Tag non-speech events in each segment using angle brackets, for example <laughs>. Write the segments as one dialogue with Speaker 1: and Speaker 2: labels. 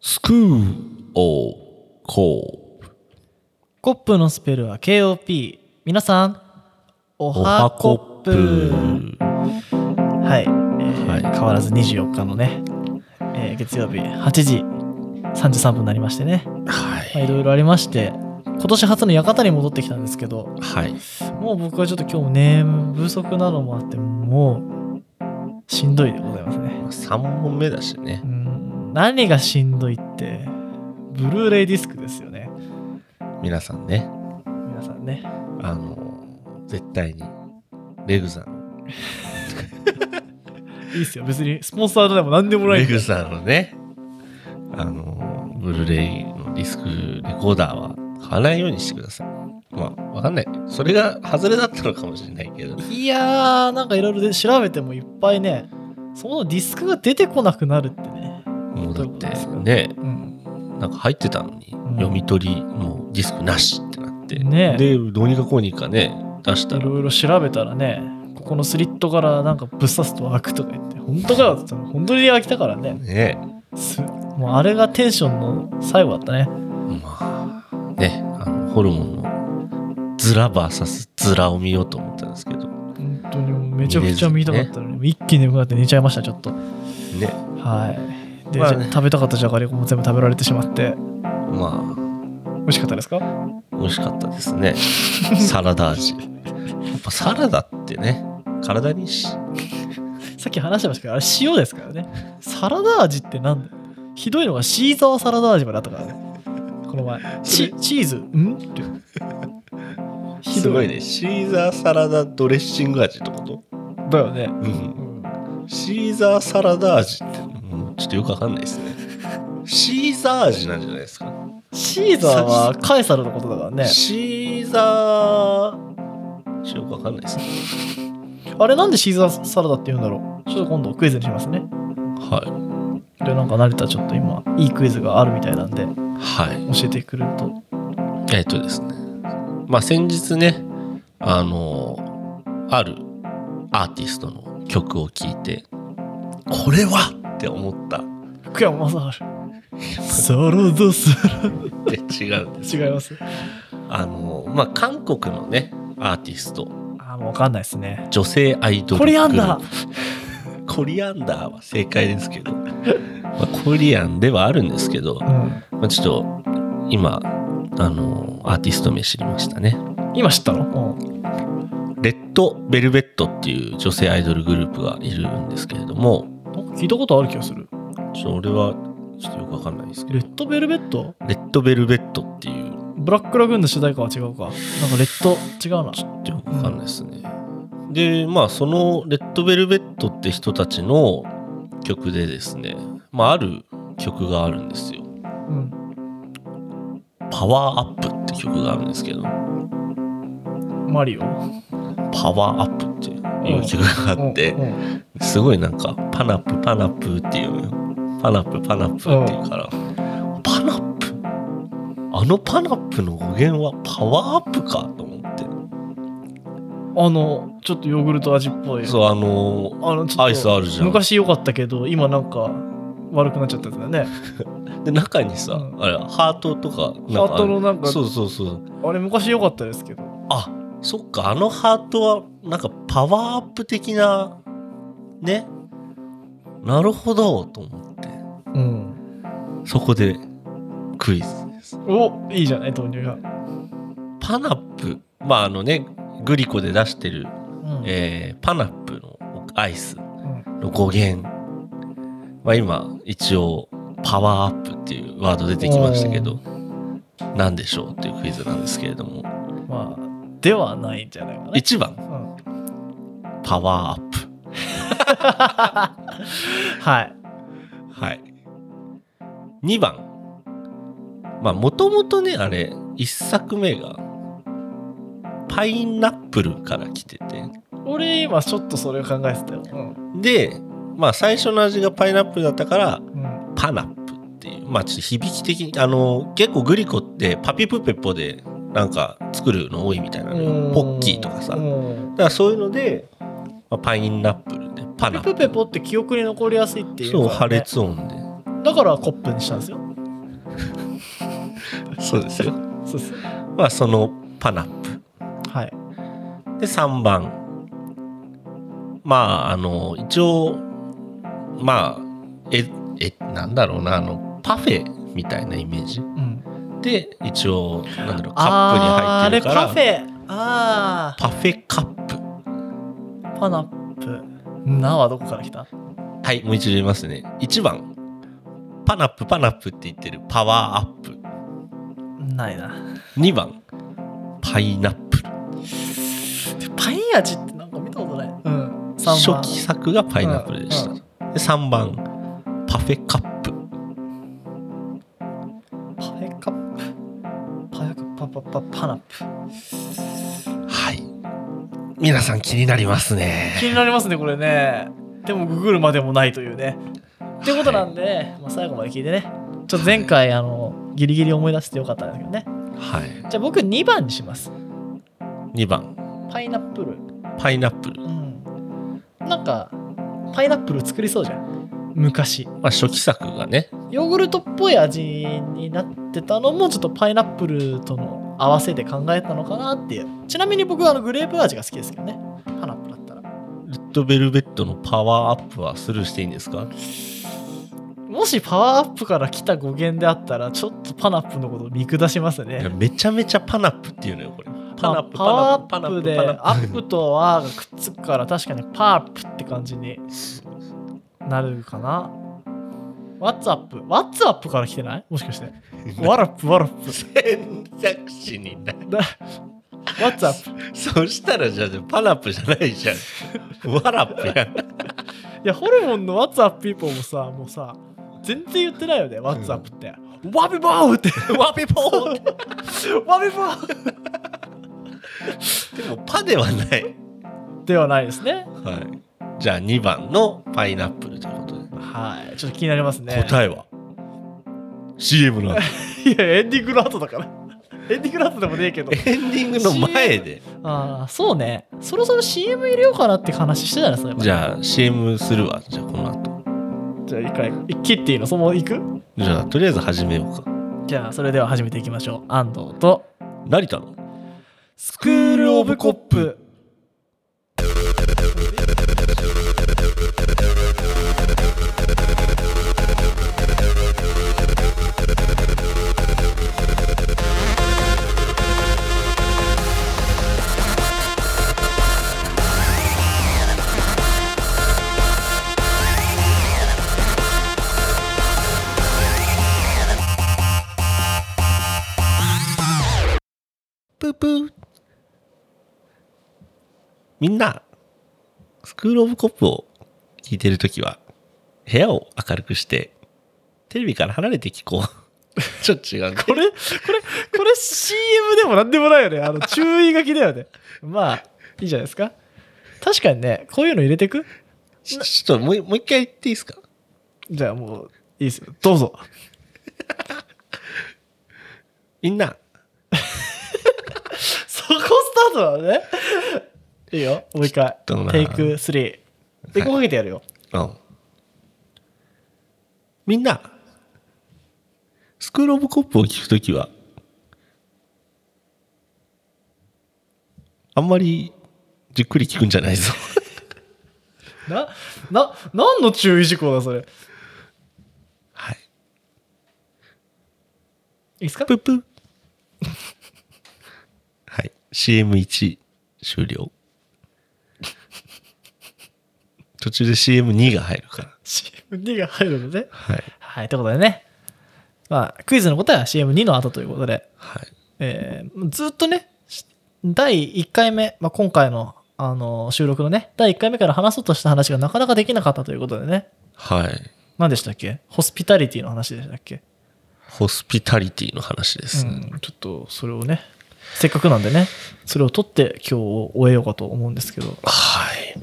Speaker 1: スクーオーコー
Speaker 2: コップのスペルは KOP 皆さんお
Speaker 1: おは
Speaker 2: はコ
Speaker 1: コ
Speaker 2: ッ
Speaker 1: ッ
Speaker 2: プ
Speaker 1: プ
Speaker 2: はい、えー
Speaker 1: はい
Speaker 2: 変わらず24日のね、えー月曜日8時33分になりましてね、
Speaker 1: は
Speaker 2: まあ、
Speaker 1: い
Speaker 2: いろいろありまして今年初の館に戻ってきたんですけど
Speaker 1: はい
Speaker 2: もう僕はちょっと今日も眠不足なのもあってもうしんどいでございますね
Speaker 1: 3本目だしね
Speaker 2: うん何がしんどいってブルーレイディスクですよね
Speaker 1: 皆さんね
Speaker 2: 皆さんね
Speaker 1: あの絶対にレグザの
Speaker 2: いいっすよ別にスポンサーでも何でもない
Speaker 1: レ
Speaker 2: んで
Speaker 1: グザのねあのブルーレイのディスクレコーダーは買わないようにしてくださいまあわかんないそれが外れだったのかもしれないけど
Speaker 2: いやー、なんかいろいろで調べてもいっぱいね、そのディスクが出てこなくなるってね。
Speaker 1: もうだって
Speaker 2: どういうこと
Speaker 1: ね
Speaker 2: うん。
Speaker 1: なんか入ってたのに、
Speaker 2: ん
Speaker 1: 読み取りもうディスクなしってなって、
Speaker 2: ね
Speaker 1: でどうにかこうにかね出した
Speaker 2: い
Speaker 1: ら
Speaker 2: ろいろ調べたらね、ここのスリットからなんかぶっ刺すと開くとか言って、本当かよって言ったら、本当に開きたからね。
Speaker 1: ね
Speaker 2: すもうあれがテンションの最後だったね。
Speaker 1: まあねあのホルモンのズラ VS ズラを見ようと思ったんですけど
Speaker 2: 本当にもうめちゃくちゃ見たかったのに、一気に眠くなって寝ちゃいました、ちょっと。
Speaker 1: ね
Speaker 2: はい。で、
Speaker 1: まあね
Speaker 2: じゃあ食べたかったじゃがりこも全部食べられてしまって、
Speaker 1: まあ
Speaker 2: 美味しかったですか
Speaker 1: 美味しかったです <laughs> ねサラダ味やっぱサラダってね体にし
Speaker 2: さっき話してましたけど、あれ塩ですからね。サラダ味ってなんだよひどいのがシーザーサラダ味まであったからね。この前。
Speaker 1: それ
Speaker 2: チチーズ、んって。ひ
Speaker 1: す
Speaker 2: ど
Speaker 1: ごい。ねシーザーサラダドレッシング味ってこと、
Speaker 2: だよね。
Speaker 1: うん、シーザーサラダ味ってもうちょっとよくわかんないですねシーザー味なんじゃないですか
Speaker 2: シーザーはカエサルのことだからね。
Speaker 1: シーザーちょっとよくわかんないですね
Speaker 2: あれなんでシーザーサラダって言うんだろうちょっと今度クイズにしますね。
Speaker 1: は
Speaker 2: で、なんか慣れたちょっと今、いいクイズがあるみたいなんで、
Speaker 1: いはい
Speaker 2: 教えてくれると。
Speaker 1: えっとですねまあ先日ねあのあるアーティストの曲を聴いてこれはって思った
Speaker 2: 福山雅治。サラダサラ
Speaker 1: で違うんです
Speaker 2: ダ。違います。
Speaker 1: あのまあ韓国のねアーティスト
Speaker 2: あー、もうわかんないですね。
Speaker 1: 女性アイドル
Speaker 2: コリアンダー
Speaker 1: グループコリアンダーは正解ですけど、まあ、コリアンではあるんですけど、
Speaker 2: うん。
Speaker 1: まあ、ちょっと今あのアーティスト名知りましたね
Speaker 2: 今知ったのうん。
Speaker 1: レッドベルベットっていう女性アイドルグループがいるんですけれども
Speaker 2: なんか聞いたことある気がする。
Speaker 1: ちょっと俺はちょっとよくわかんないですけ
Speaker 2: レ
Speaker 1: ど
Speaker 2: ッドベルベット
Speaker 1: レッドベルベットっていう
Speaker 2: ブラックラグーンの主題歌は違うか。なんかレッド違うな。
Speaker 1: ちょっとよくわかんないですね。でまあそのレッドベルベットって人たちの曲でですね、まあ、ある曲があるんですよ。
Speaker 2: うん。
Speaker 1: パワーアップって曲があるんですけど
Speaker 2: マリオ。
Speaker 1: パワーアップっていう曲があって
Speaker 2: うんうん
Speaker 1: すごいなんかパナップパナップっていうのよパナップパナップっていうからパナップあのパナップの語源はパワーアップかと思って
Speaker 2: あの、ちょっとヨーグルト味っぽい。
Speaker 1: そうあの
Speaker 2: あの、ちょっと
Speaker 1: アイスあるじゃん
Speaker 2: 昔良かったけど、今なんか悪くなっちゃったやつだよね。
Speaker 1: で中にさ
Speaker 2: うん
Speaker 1: あれハートとかな
Speaker 2: ハ
Speaker 1: んか
Speaker 2: ートのなんか、
Speaker 1: そうそうそう
Speaker 2: あれ昔良かったですけど。
Speaker 1: あそっかあのハートはなんかパワーアップ的なねなるほどと思って
Speaker 2: うん。
Speaker 1: そこでクイズです。
Speaker 2: おいいじゃない、豆乳が。
Speaker 1: パナップ、まああのね、グリコで出してる、
Speaker 2: うん
Speaker 1: えーパナップのアイス
Speaker 2: うん
Speaker 1: の語源。まあ今、一応、パワーアップっていうワード出てきましたけど、何でしょうっていうクイズなんですけれども、
Speaker 2: まあ、ではないんじゃないかな。
Speaker 1: 1番、
Speaker 2: うん
Speaker 1: パワーアップ。
Speaker 2: はい。
Speaker 1: はい。2番、まあもともとね、あれ、1作目が、パイナップルから来てて、
Speaker 2: 俺今ちょっとそれを考えてたよ。うん。
Speaker 1: で、まあ、最初の味がパイナップルだったから
Speaker 2: うん。
Speaker 1: パナップっていうまあちょっと響き的にあの結構グリコってパピプペポでなんか作るの多いみたいなのよポッキーとかさだ
Speaker 2: う
Speaker 1: か
Speaker 2: ん
Speaker 1: らそういうので、まあ、パイナップルでパ
Speaker 2: ペ
Speaker 1: ナッ
Speaker 2: ポ
Speaker 1: プ
Speaker 2: ペポって記憶に残りやすいってい
Speaker 1: ル
Speaker 2: う
Speaker 1: そう
Speaker 2: か
Speaker 1: 破
Speaker 2: ね
Speaker 1: 裂音で
Speaker 2: だからコップにしたんですよ
Speaker 1: そうですよ。
Speaker 2: そうそう
Speaker 1: まあそのパナップ。
Speaker 2: はい
Speaker 1: で3番まああの一応まあええなんだろうなあのパフェみたいなイメージ
Speaker 2: うん
Speaker 1: で一応なんだろうカッ
Speaker 2: あー
Speaker 1: プに入
Speaker 2: あれ
Speaker 1: ってるから
Speaker 2: パフェあ
Speaker 1: パフェカップ
Speaker 2: あパナップなはどこから来た
Speaker 1: はいもう一度言いますね1番パナップパナップって言ってるパワーアップ
Speaker 2: ないな
Speaker 1: 2番パイナップル
Speaker 2: でパイン味ってなんか見たことないうん
Speaker 1: 初
Speaker 2: 3番
Speaker 1: 期作がパイナップルでした、
Speaker 2: うんう
Speaker 1: で3番パフェカップ
Speaker 2: パフェカップパフェカップパパパパナップ
Speaker 1: はい皆さん気になりますね
Speaker 2: 気になりますねこれねでもググるまでもないというねってことなんで、まあ、最後まで聞いてねちょっと前回、あのギリギリ思い出してよかったんですけどね
Speaker 1: はい
Speaker 2: じゃあ僕2番にします
Speaker 1: 2番
Speaker 2: パイナップル
Speaker 1: パイナップル、
Speaker 2: うんなんかパイナップル作りそうじゃん昔
Speaker 1: まあ、初期作がね
Speaker 2: ヨーグルトっぽい味になってたのもちょっとパイナップルとの合わせで考えたのかなっていうちなみに僕はあのグレープ味が好きですけどねパナップルだったら
Speaker 1: レッドベルベットのパワーアップはスルーしていいんですか
Speaker 2: もしパワーアップから来た語源であったらちょっとパナップのことを見下します
Speaker 1: いや
Speaker 2: ね
Speaker 1: めちゃめちゃパナップっていうのよこれパナップ
Speaker 2: パワー
Speaker 1: パ
Speaker 2: ア
Speaker 1: ナ
Speaker 2: ップ
Speaker 1: ップ
Speaker 2: で
Speaker 1: パナ
Speaker 2: ア
Speaker 1: ッ
Speaker 2: ップとワーがくっつくから確かにパープって感じになるかなワッツアップワッツアップから来てないもしかして
Speaker 1: プ
Speaker 2: ワラップワラップ
Speaker 1: 選択肢にない
Speaker 2: だワッツアップ
Speaker 1: そしたらじゃあパナップじゃないじゃんワラップやん
Speaker 2: いやホルモンのワッツアップピーポーもさもうさ全然言ってないよねワッツアップって、ワビバーって
Speaker 1: ワビポー
Speaker 2: ワビバー
Speaker 1: でもパではない、
Speaker 2: ではないですね
Speaker 1: はい、じゃあ2番のパイナップルということで、
Speaker 2: はいちょっと気になりますね
Speaker 1: 答えは CM の後
Speaker 2: いや、エンディングの後だから。エンディングの後でもねえけど。
Speaker 1: エンディングの前で
Speaker 2: ああ、そうね。そろそろ CM 入れようかなって話してたら、それ
Speaker 1: じゃあ CM するわじゃあこの後
Speaker 2: じゃあ、一回、切っていいのそのまま行く
Speaker 1: じゃあとりあえず始めようか
Speaker 2: じゃあ、それでは始めていきましょう。安藤と、
Speaker 1: 成田の
Speaker 2: スクール・オブ・コップ。
Speaker 1: プープーみんなスクール・オブ・コップを聞いてるときは部屋を明るくしてテレビから離れて聞こう <laughs> ちょっと違うね
Speaker 2: これ、これ、これ CM でもなんでもないよね。あの、注意書きだよね。まあ、いいじゃないですか。確かにね、こういうの入れてく
Speaker 1: ちちょっともうもう一回言っていいですか
Speaker 2: じゃあ、もう、いいですよ。どうぞ。
Speaker 1: みんな
Speaker 2: そこスタートなのね。いいよ、もう一回
Speaker 1: ちょっと。な
Speaker 2: テイク3。で、ここかけてやるよ。
Speaker 1: うんみんなスクール・オブ・コップを聞くときはあんまりじっくり聞くんじゃないぞ
Speaker 2: な、な、何の注意事項だ、それ。い
Speaker 1: はい
Speaker 2: いですか
Speaker 1: プップはい CM1 終了途中で CM2 が入るから
Speaker 2: ?CM2 が入るので。
Speaker 1: はい
Speaker 2: はい、ということでね。まあ、クイズの答えは CM2 の後ということで、
Speaker 1: はい
Speaker 2: えーずっとね、し第1回目、まあ、今回の、あの収録のね、第1回目から話そうとした話がなかなかできなかったということでね。
Speaker 1: はい
Speaker 2: 何でしたっけホスピタリティの話でしたっけ
Speaker 1: ホスピタリティの話です、
Speaker 2: うん、ちょっとそれをねせっかくなんでねそれを取って今日を終えようかと思うんですけど
Speaker 1: はい。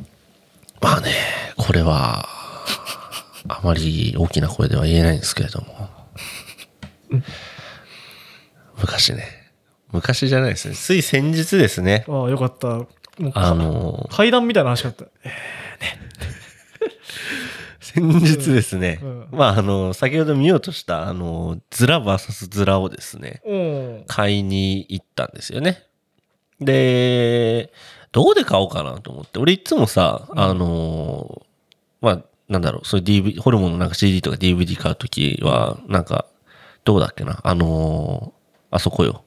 Speaker 1: まあね、これは、あまり大きな声では言えないんですけれども。昔ね。昔じゃないですね。つい先日ですね。
Speaker 2: ああよかったもう
Speaker 1: あの、
Speaker 2: 階段みたいな話だった
Speaker 1: 先日ですね、
Speaker 2: うん
Speaker 1: まああの先ほど見ようとしたあのズラ VS ズラをですね
Speaker 2: うん。
Speaker 1: 買いに行ったんですよねでどこで買おうかなと思って俺いつもさあのまあなんだろうそういう DV ホルモンのなんか CD とか DVD 買う時はなんかどこだっけなあのあそこよ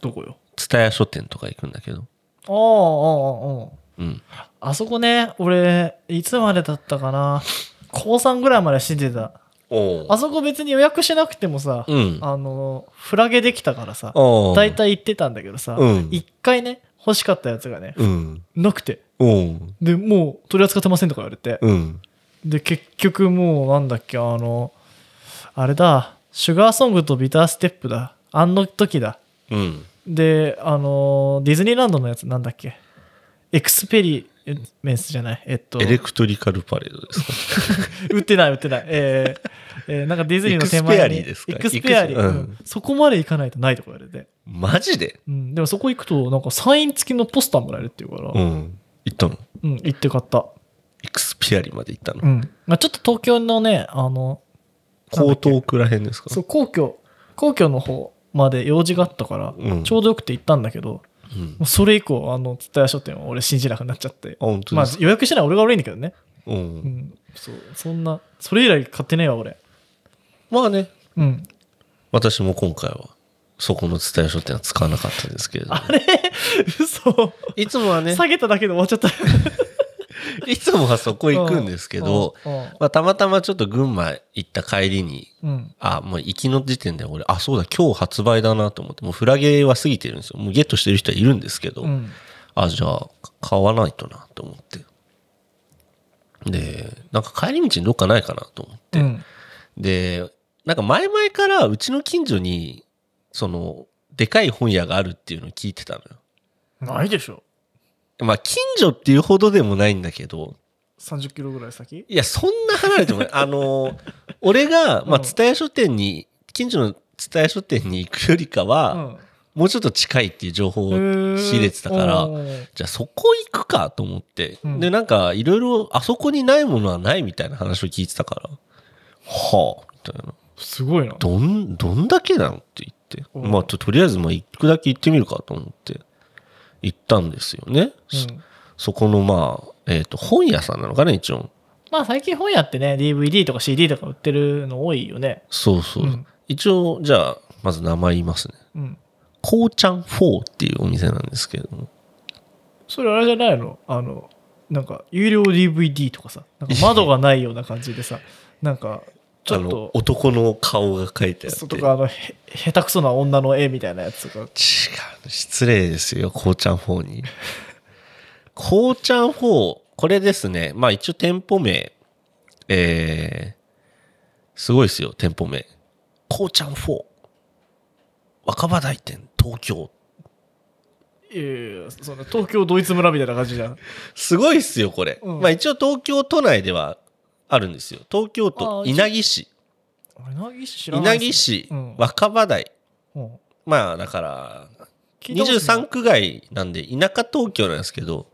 Speaker 2: どこよ。
Speaker 1: 蔦屋書店とか行くんだけど
Speaker 2: ああ、ああ、ああ。
Speaker 1: うん
Speaker 2: あそこね、俺、いつまでだったかな。高3ぐらいまで信じてた。
Speaker 1: お
Speaker 2: あそこ別に予約しなくてもさ、
Speaker 1: うん
Speaker 2: あの、フラゲできたからさ、
Speaker 1: おう
Speaker 2: 大体行ってたんだけどさ、
Speaker 1: うん
Speaker 2: 一回ね、欲しかったやつがね、
Speaker 1: うん
Speaker 2: なくて。
Speaker 1: おう
Speaker 2: で、もう取り扱ってませんとか言われて。
Speaker 1: うん
Speaker 2: で、結局もうなんだっけ、あの、あれだ、シュガーソングとビターステップだ。あの時だ。
Speaker 1: うん
Speaker 2: で、あの、ディズニーランドのやつなんだっけ。エクスペリメンスじゃない。えっと。
Speaker 1: エレクトリカルパレード
Speaker 2: <laughs>
Speaker 1: ですか
Speaker 2: 売ってない売ってないえーえーなんかディズニーの手
Speaker 1: エク
Speaker 2: 前に
Speaker 1: スペアリーですか
Speaker 2: エクスペアリー
Speaker 1: エクス
Speaker 2: うん
Speaker 1: うん
Speaker 2: そこまで行かないとないとか言われて、
Speaker 1: マジで
Speaker 2: うん、でもそこ行くとなんかサイン付きのポスターもらえるっていうから、う
Speaker 1: うんん行ったの
Speaker 2: 行って買った、
Speaker 1: エクスピアリまで行ったの
Speaker 2: うんまあ、ちょっと東京のねあの
Speaker 1: 江東区らへんですか
Speaker 2: そう皇居皇居の方まで用事があったから、
Speaker 1: うん
Speaker 2: ちょうどよくて行ったんだけど
Speaker 1: うん
Speaker 2: もうそれ以降あの蔦屋書店は俺信じなくなっちゃって
Speaker 1: あ、本当
Speaker 2: ま
Speaker 1: で
Speaker 2: あ
Speaker 1: すか、
Speaker 2: 予約してない俺が悪いんだけどね、
Speaker 1: う、
Speaker 2: うんん、そうそんなそれ以来買ってねえわ俺
Speaker 1: まあね <laughs>
Speaker 2: うん
Speaker 1: 私も今回はそこの伝え書店は使わなかったんですけれども
Speaker 2: あれ嘘
Speaker 1: いつもはね
Speaker 2: 下げただけで終わっちゃった。
Speaker 1: いつもはそこ行くんですけど、
Speaker 2: うん、
Speaker 1: まあ、たまたまちょっと群馬行った帰りに
Speaker 2: うん
Speaker 1: あもう行きの時点で俺あそうだ今日発売だなと思ってもうフラゲは過ぎてるんですよもうゲットしてる人はいるんですけど、
Speaker 2: うん
Speaker 1: あじゃあ買わないとなと思ってでなんか帰り道にどっかないかなと思って
Speaker 2: うん
Speaker 1: で、なんか前々からうちの近所に、その、でかい本屋があるっていうのを聞いてたのよ。
Speaker 2: ないでしょ。
Speaker 1: まあ、近所っていうほどでもないんだけど、
Speaker 2: 30キロぐらい先
Speaker 1: いや、そんな離れてもない。あの、俺が、まあ、
Speaker 2: うん
Speaker 1: 蔦屋書店に、近所の蔦屋書店に行くよりかは、もうちょっと近いっていう情報を仕入れてたから、じゃあそこ行くかと思って、
Speaker 2: うん
Speaker 1: でなんかいろいろあそこにないものはないみたいな話を聞いてたからはあみたいな
Speaker 2: すごいな。
Speaker 1: どん、どんだけなのって言って。
Speaker 2: うん
Speaker 1: まあ、ととりあえず、まあ、行くだけ行ってみるかと思って、行ったんですよね。そ
Speaker 2: うん
Speaker 1: そこの、まあ、えっ、と、本屋さんなのかな、一応。
Speaker 2: まあ最近本屋ってね、DVD とか CD とか売ってるの多いよね。
Speaker 1: そうそう。
Speaker 2: うん
Speaker 1: 一応、じゃあ、まず名前言いますね。
Speaker 2: うん。
Speaker 1: こうちゃん4っていうお店なんですけれども。
Speaker 2: それあれじゃないのあの、なんか有料 DVD とかさ、なんか窓がないような感じでさ、なんかち
Speaker 1: あ
Speaker 2: ょっ
Speaker 1: の
Speaker 2: と、、
Speaker 1: 男の顔が書いてあって。
Speaker 2: とかあの、へ下手くそな女の絵みたいなやつとか。
Speaker 1: 違う失礼ですよこうちゃん4にこうちゃん4これですねまあ一応店舗名えー、すごいですよ店舗名こうちゃん4若葉台店東京
Speaker 2: いやいやいやその東京ドイツ村みたいな感じじゃん。
Speaker 1: すごいっすよこれ、
Speaker 2: うん
Speaker 1: まあ一応東京都内ではあるんですよ東京
Speaker 2: あ
Speaker 1: 都
Speaker 2: ー一応
Speaker 1: 稲城市
Speaker 2: 稲城市知らない
Speaker 1: 稲
Speaker 2: っすね
Speaker 1: 城市、
Speaker 2: うん
Speaker 1: 若葉台
Speaker 2: うん
Speaker 1: まあだから
Speaker 2: 聞いたことない
Speaker 1: 23区外なんで田舎東京なんですけど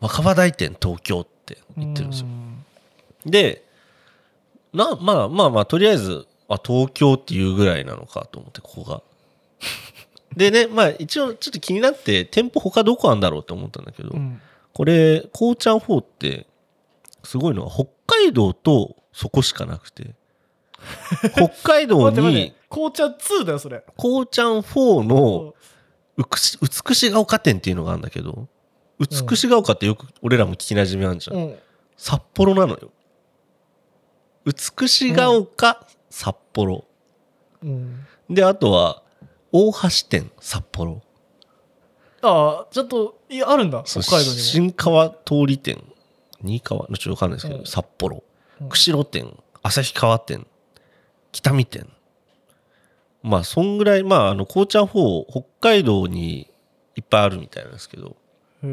Speaker 1: 若葉台店東京って言ってるんですよ
Speaker 2: う
Speaker 1: でなまあまあまあとりあえずあ東京っていうぐらいなのかと思ってここ
Speaker 2: <laughs>
Speaker 1: がでねまあ一応ちょっと気になって店舗他どこあんだろうって思ったんだけど、
Speaker 2: うん
Speaker 1: これこうちゃん4ってすごいのは北海道とそこしかなく
Speaker 2: <laughs>
Speaker 1: て北海道
Speaker 2: 待って待っ
Speaker 1: に
Speaker 2: て紅茶2だよそれ
Speaker 1: こうちゃん4の
Speaker 2: う
Speaker 1: う
Speaker 2: ん
Speaker 1: くし美しが丘店っていうのがあるんだけど美しが丘ってよく俺らも聞きなじみあるじゃん、
Speaker 2: うん
Speaker 1: 札幌なのよ美しが丘、札幌
Speaker 2: うん
Speaker 1: であとは大橋店札幌
Speaker 2: ああちょっといやあるんだ
Speaker 1: そ
Speaker 2: 北
Speaker 1: う
Speaker 2: 海道にも
Speaker 1: 新川通り店新川のちょっとわかんないですけど、
Speaker 2: うん
Speaker 1: 札幌
Speaker 2: うん
Speaker 1: 釧路店旭川店北見店まあそんぐらいまああの紅茶4北海道にいっぱいあるみたいなんですけどな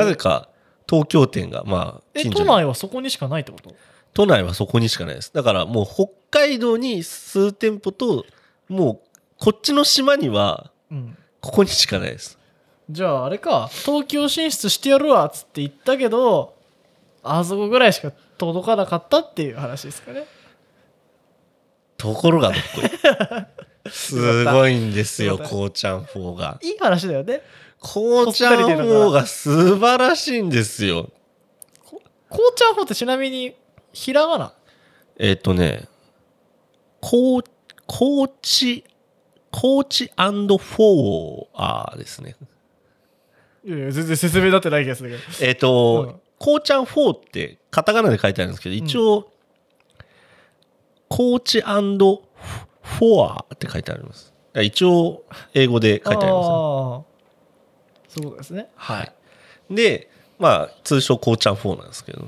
Speaker 2: な
Speaker 1: ぜか東京店がまあ
Speaker 2: え
Speaker 1: 近
Speaker 2: 都
Speaker 1: 所に
Speaker 2: 内はそこにしかないってこと
Speaker 1: 都内はそこにしかないですだからもう北海道に数店舗ともうこっちの島には
Speaker 2: うん
Speaker 1: ここにしかないです
Speaker 2: じゃああれか東京進出してやるわっつって言ったけどあそこぐらいしか届かなかったっていう話ですかね。
Speaker 1: ところがどっこ
Speaker 2: <laughs>
Speaker 1: い。すごいんですよ、
Speaker 2: よかった
Speaker 1: こうちゃん4が。
Speaker 2: いい話だよね。
Speaker 1: こうちゃん4が素晴らしいんですよ。
Speaker 2: こうちゃんほってちなみに、ひらがな。
Speaker 1: えっ、とね、こう、コーチ、コーチフォーアーですね。
Speaker 2: いやいや、全然説明になってない気がするけど。
Speaker 1: えっ、
Speaker 2: う
Speaker 1: と
Speaker 2: ん、
Speaker 1: こうちゃん4ってカタカナで書いてあるんですけど、一応、コーチフォアーって書いてあります。一応、英語で書いてありますね、
Speaker 2: あーそういうことですね。
Speaker 1: はい。で、まあ、通称、こうちゃん4なんですけど。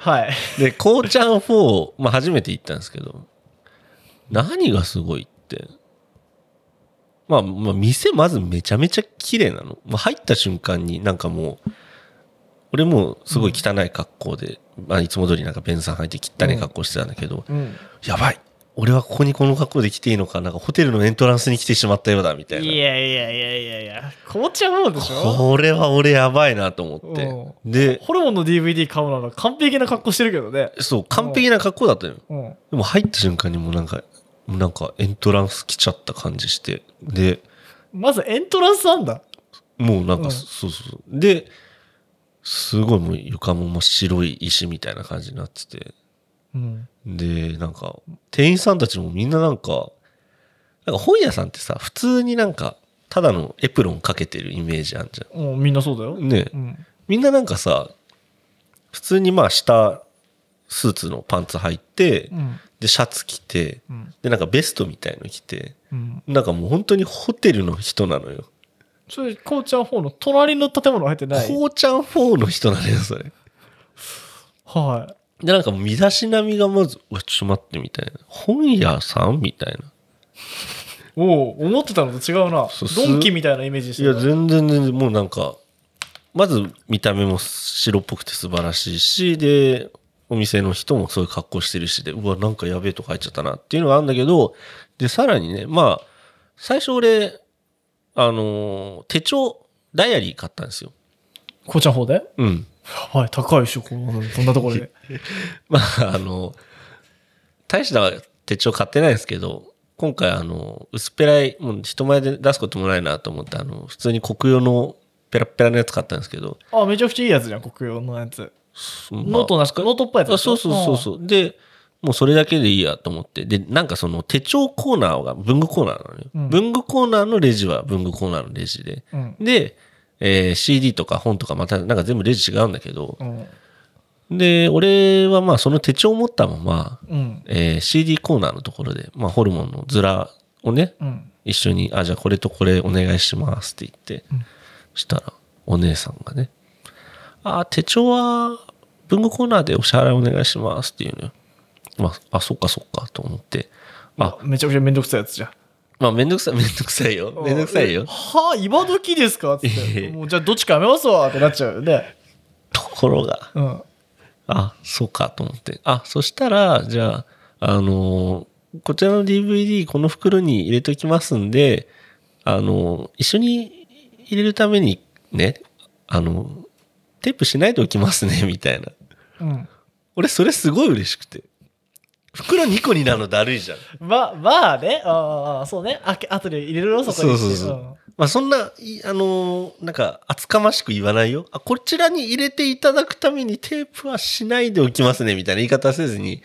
Speaker 2: はい。
Speaker 1: で、こうちゃん4、まあ、初めて行ったんですけど、何がすごいって、まあ、まあ、店まずめちゃめちゃ綺麗なの。まあ、入った瞬間になんかもう、俺もすごい汚い格好で、まあ、いつも通りなんかベンさん履いて汚い格好してたんだけど、
Speaker 2: うん。
Speaker 1: やばい俺はここにこの格好で来ていいのかなんかホテルのエントランスに来てしまったようだみたい
Speaker 2: い
Speaker 1: な
Speaker 2: やいやいやいやいや、紅茶もでしょ
Speaker 1: これは俺やばいなと思ってで
Speaker 2: ホルモンの DVD 買うなら完璧な格好してるけどね。
Speaker 1: そう、完璧な格好だったのよ。
Speaker 2: うん。
Speaker 1: でも入った瞬間にもうなんか、もうなんかエントランス来ちゃった感じして。で、
Speaker 2: まずエントランスなんだ。
Speaker 1: もうなん
Speaker 2: う
Speaker 1: か、
Speaker 2: ん
Speaker 1: そうそうそう。で、すごいもう床ももう白い石みたいな感じになってて。
Speaker 2: うん。
Speaker 1: で、なんか、店員さんたちもみんななんか、なんか本屋さんってさ、普通になんか、ただのエプロンかけてるイメージあんじゃ
Speaker 2: うん、みんなそうだよ。
Speaker 1: ん。ねえ
Speaker 2: うん。
Speaker 1: みんななんかさ、普通にまあ下、スーツのパンツ履いて
Speaker 2: う、ん。
Speaker 1: で、シャツ着て、
Speaker 2: うん。
Speaker 1: で、なんかベストみたいの着て、
Speaker 2: うん。
Speaker 1: なんかもう本当にホテルの人なのよ。
Speaker 2: それ、紅茶方の隣の建物入ってない。
Speaker 1: こうちゃん4の人なのよ、それ。
Speaker 2: は
Speaker 1: で、なんか身だしなみがまず、うわ、ちょっと待って、みたいな。本屋さんみたいな。
Speaker 2: い。おお、思ってたのと違うな
Speaker 1: そう。す
Speaker 2: ドンキみたいなイメージでし
Speaker 1: い
Speaker 2: たよ
Speaker 1: や、全然全然、もうなんか、まず見た目も白っぽくて素晴らしいし、で、お店の人もそういう格好してるしで、うわ、なんかやべえとこ入っちゃったなっていうのがあるんだけど、で、さらにね、まあ、最初俺、あのー手帳、ダイアリー買ったんですよ。
Speaker 2: 紅茶方でや
Speaker 1: うん。
Speaker 2: ばい、高いでしょ、こんなところで。
Speaker 1: まあ、あの、大した手帳買ってないですけど、今回、あの、薄っぺらい、もう人前で出すこともないなと思って、あの、普通に国用のペラッペラのやつ買ったんですけど、
Speaker 2: <laughs> あ、めちゃくちゃいいやつじゃん、国用のやつ。
Speaker 1: まあ
Speaker 2: ノートなしか、ノートっぽいやつ
Speaker 1: あ
Speaker 2: でし
Speaker 1: そ
Speaker 2: ょ。
Speaker 1: うそうそうそう。で、もうそれだけでいいやと思って。で、なんかその手帳コーナーが文具コーナーなのよ。
Speaker 2: うん
Speaker 1: 文具コーナーのレジは文具コーナーのレジで。
Speaker 2: うん。
Speaker 1: で、えー CD とか本とかまたなんか全部レジ違うんだけど、
Speaker 2: うん。
Speaker 1: で、俺はまあその手帳を持ったまま、
Speaker 2: うん。
Speaker 1: えー CD コーナーのところで、まあ、ホルモンのズラをね
Speaker 2: うん。
Speaker 1: 一緒に「あじゃあこれとこれお願いします」って言って、
Speaker 2: うん
Speaker 1: そしたらお姉さんがね「あー手帳は文具コーナーでお支払いお願いします」っていうのよ、まあ、あそっかそっかと思ってあ
Speaker 2: めちゃくちゃめんどくさいやつじゃん。
Speaker 1: まあめんどくさいめんどくさい
Speaker 2: <laughs>
Speaker 1: よめんどくさいよ
Speaker 2: はあ、今時ですかつっ
Speaker 1: いや
Speaker 2: て。もうじゃあどっちかやめますわってなっちゃうよね。
Speaker 1: ところが
Speaker 2: うん。
Speaker 1: あそうかと思ってあそしたらじゃああのーこちらの DVD この袋に入れときますんであのー一緒に入れるためにねあのーテープしないでおきますね <laughs> みたいな
Speaker 2: うん。
Speaker 1: 俺それすごい嬉しくて袋2個になるのだるいじゃん
Speaker 2: <laughs> ま、まあね。ああああ、そうね。あけ後で入れるろ、そこに。
Speaker 1: そうそうそ
Speaker 2: ん
Speaker 1: まあそんないあのーなんか厚かましく言わないよあこちらに入れていただくためにテープはしないでおきますねみたいな言い方せずに